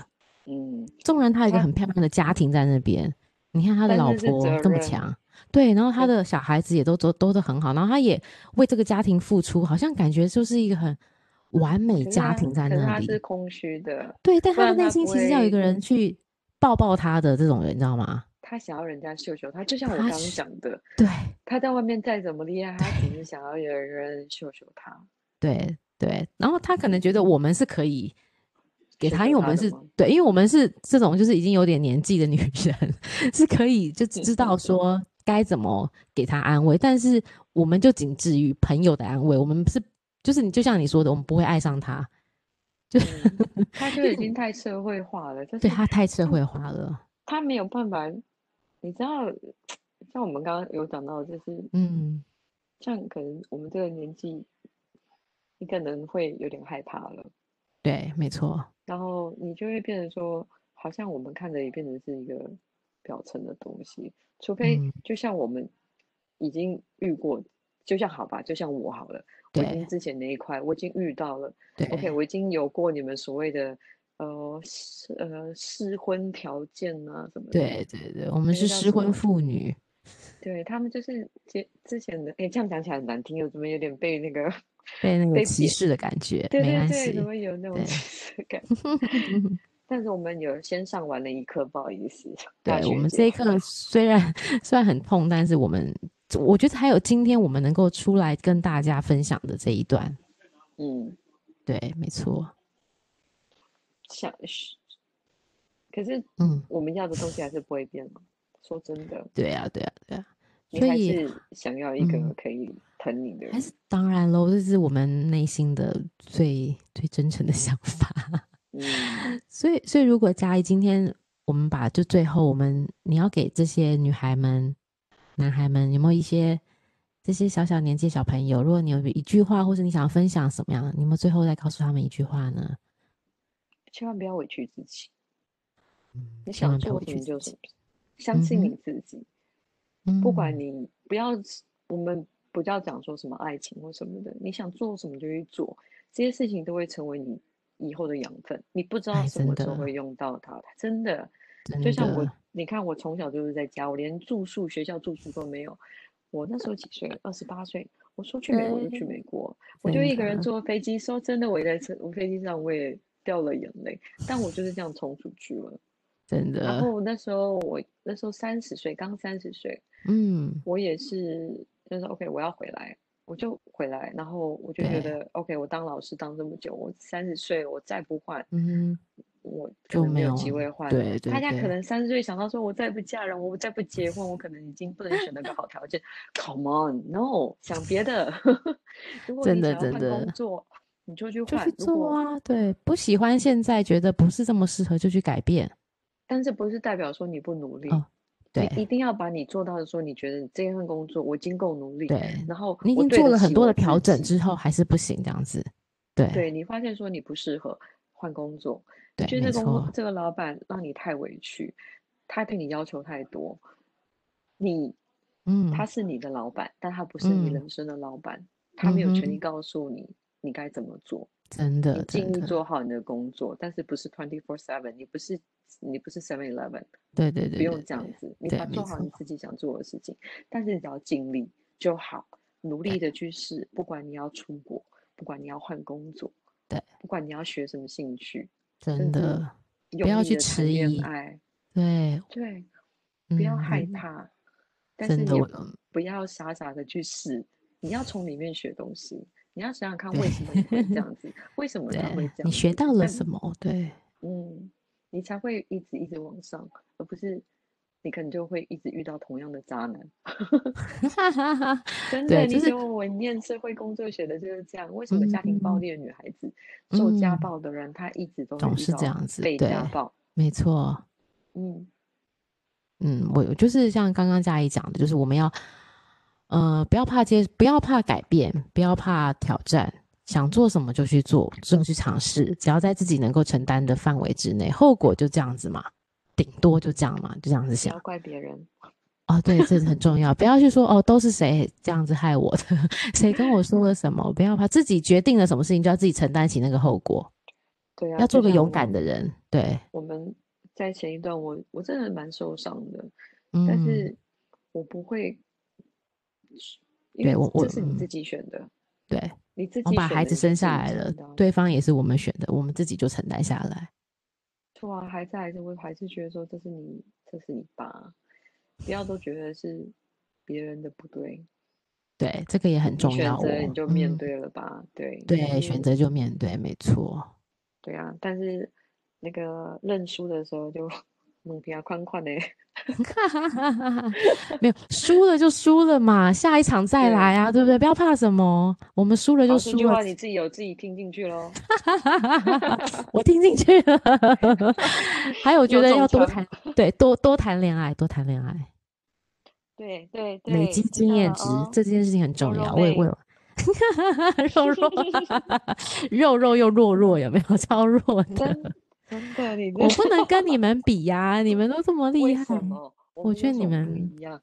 嗯，
纵然他有一个
他
很漂亮的家庭在那 边，你看他的
但
老
是是
婆
责
这么
任
强，对，然后他
对
的小孩子也都都都都很好，然后他也为这个家庭付出，好像感觉就是一个很完美
可是
家
他
庭在
可是
那
他是
里。
空虚的，
对，但
不
他的
然
内
他
心
不
其实要有一
会
个人去抱抱他的这种人，你知道吗？
他想要人家秀秀他，就像我
他
刚刚
是
讲的，
对
他在外面再怎么厉害，他只是想要有人秀秀 他，
对对，然后他可能觉得我们是可以。给
秀
他，因为
秀
我
他
们
的
是
吗？
对，因为我们是这种就是已经有点年纪的女人，是可以就知道说该怎么给他安慰，但是我们就仅止于朋友的安慰，我们是就是你就像你说的，我们不会爱上他，
嗯，他
因
就
为
已
我
经太社会化了，就是
对他太社
他
会化了，
他没有办法，你知道，像我们刚刚有讲到，就是
嗯，
像可能我们这个年纪，你可能会有点害怕了。
对，没错，
然后你就会变成说，好像我们看的也变成是一个表层的东西，除非
嗯，
就像我们已经遇过，就像好吧，就像我好了，我已经
对
之前那一块我已经遇到了，OK，
对
我已经有过你们所谓的呃试呃试婚条件啊什么的，
对对对，我们
那
是
个叫
失
什
婚
么？
妇女，
对，他们就是之之前的，哎，这样讲起来很难听，有怎么有点被那个
被那个
被
歧
贬？
视的感觉，
对
没
对
关
对，怎
系，
么有那种
对，
歧视感？ 但是我们有先上完了一课，不好意思，大
对我
学
们
姐。
这一课虽然 虽然很痛，但是我们我觉得还有今天我们能够出来跟大家分享的这一段，
嗯，
对，没错，
想是，可是
嗯，
我们要的东西还是不会变嘛。说真的，
对啊，对啊，对啊，
你
所
还
以
是想要一个
嗯，
可以疼你的
还
人。
是当然喽，这是我们内心的最最真诚的 想法。
嗯，
所以，所以如果嘉怡今天我们把就最后我们你要给这些女孩们、男孩们有没有一些这些小小年纪的小朋友，如果你有一句话，或是你想分享什么样的，你有没有最后再告诉他们一句话呢？
千万不要委屈自己，
嗯，
你
千
想
万不要
做
委
什
屈
么
自
就什
己。
么，相
嗯
信你
哼，
自己。不管
嗯，
你不要是，我们不要讲说什么爱情或什么的，你想做什么就去做，这些事情都会成为你以后的养分。你不知道
哎，
什
真
么时候
的，
会用到它，真的。就
真
像我
的，，
你看我从小就是在家，我连住宿、学校住宿都没有。我那时候几岁？二十八岁。我说去美国就去
对，
美国，我就
哎真
一个人
的，
坐飞机。说真的，我也在车，我飞机上我也掉了眼泪，但我就是这样冲出去了。
真
然
的，
后那时候我那时候三十岁，刚三十岁，
嗯，
我也是，就是 OK，我要回来，我就回来，然后我就觉
对，
得 OK，我当老师当这么久，我三十岁我再不换，
嗯，
我可
就
能
没
没有
有，
机会换了。
对对
呃大家
对，
可能三十岁想到说，我再不嫁人，我再不结婚，我可能已经不能选那个好条件。Come on，no，想别的。 如果
真
你
的
想
真
要换工
的。
作，你就去
就去
换。如
做
果
啊，对，不喜欢现在觉得不是这么适合就去改变
但是不是代表说你不努力，
哦，
你
对
一定要把你做到的说，你觉得你这份工作我已经够努力，
对，
然后
你已
我
经
对
做
得
了很
起
多的
我
调
自
整
己。
之后还是不行这样子，对
对你发现说你不适合换工作，你
对，
觉得
没
这工作
错，
这个老板让你太委屈，他对你要求太多，你他
嗯
是你的老板，但他不是你
嗯
人生的老板，他没
嗯
有权利
哼，
告诉你你该怎么做。
真
你
的真
尽力
的，
做好你的工作，但是不是 twenty four seven，你不是你不是 seven eleven，
对对
不
对对
用这样
对
子，你
对，
把
没
做好
错，
你自己想做的事情，但是你只要尽力就好，努
对
力的去试，不管你要出国，不管你要换工作，
对，
不管你要学什么兴趣，
真
甚至
的不
用
要
力
去
的谈
迟
恋
疑，
爱，
对，
对，不要
嗯
害
哼，
怕，但
真
是
的
也
我
不要傻傻的去试，你要从里面学东西，你要想想看
对
为什么你会 这样子，为什么他会
对，你
这样
学
子，
到了
但
什么？对，
嗯，你才会一直一直往上，而不是。你可能就会一直遇到同样的渣男。
哈哈哈，
真
对
的，
就
你
是
给我文念社会工作学的就是这样。为什么家庭暴力的女孩子、受家
嗯
暴的人，她一直都会
总
遇
是
到
这样子
被
对
家暴？
没错，
嗯，
嗯，我我就是像刚刚嘉怡讲的，就是我们要，呃，不要怕接，不要怕改变，不要怕挑战，想做什么就去做，就去尝试，只要在自己能够承担的范围之内，后果就这样子嘛，顶多就这样嘛，就这样子
不
想
要。怪别人。
哦，对，这很重要，不要去说哦，都是谁这样子害我的， 谁跟我说了什么，不要怕自己决定了什么事情，就要自己承担起那个后果，
对
要
啊，就
做个
像
勇
我
敢
们
的人。对，
我们在前一段我，我真的蛮受伤的，
嗯，
但是我不会，因
对
为
我我
这是你自
嗯
己选的，
对，
你自
我们
己
把
选
孩
的
子
你就
生
自
下
己
来了
承，担。
对方也是我们选的，我们自己就承担下来。
对啊，孩子还是会还是觉得说这是你，这是你爸，不要都觉得是别人的不对，
对，这个也很
你
重
选
要
择你
哦。
就面
嗯，
对了吧，对，但
对，
是
选择就面对，没错。
对啊，但是那个认输的时候就 猛平啊宽宽的，
没有输了就输了嘛，下一 场再来
对，
啊，对不对？不要怕什么，我们输了就
好，这
输
句
了。
话你自己有自己听进去喽。
我听进去 了。还有，我觉
又
得要
中
多
枪，
谈，对，多多谈恋爱，多谈 恋爱，
对对
累
对，
积
知
经
道了
验值，
哦，
这件事情很
肉
重
肉
要。我也我
妹，
有。 肉肉，肉肉又弱弱，有没有 超弱 的？
真真的， 你这
我不能跟你们比呀、你们都这么厉
为
害，啊
什么我
我
们
觉得
有
你
什么不
们，
一样？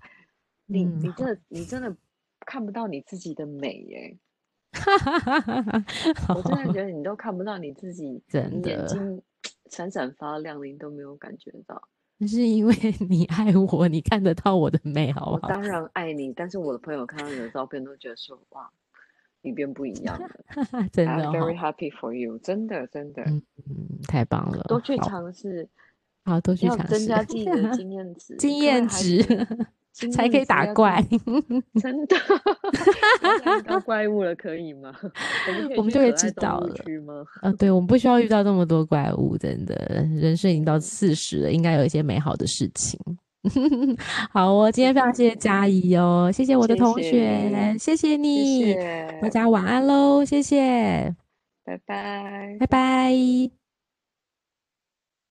你
嗯，
你真
好，
的你真的看不到你自己的美耶，
哈哈哈哈哈，
我真的
好，
觉得你都看不到你自己，
真
你眼
的，
睛闪闪发亮，你都没有感觉到。
那是因为 你爱我，你看得到我的美，好
我
不好？
当然爱你，但是我的朋友看到你的照片都觉得说，哇，你变不一样了。
真
I'm
的哈、
very happy for you，真的真的，
嗯嗯，太棒
多
了，
去
好
尝试。
好多去
要
尝
增
试，
加自己 的经验值，
经
各位
验
孩
值
子，经
才可
验
以
值
打
要增，
怪，
真的，不要再遇到怪物了，可以吗？ 我们可
我
以
们
去
就会
可
知
爱动
道
物
了。
区吗？
嗯、对，我们不需要遇到这么多怪物，真的，人生已经到
对，
四十了，应该有一些美好的事情。 好哦，今
是
天非常
的，
谢谢佳怡哦，谢谢我的
谢
同
谢
学，
你，
谢谢
谢
你，大
谢，
家晚安喽，谢谢，
拜拜。
拜拜。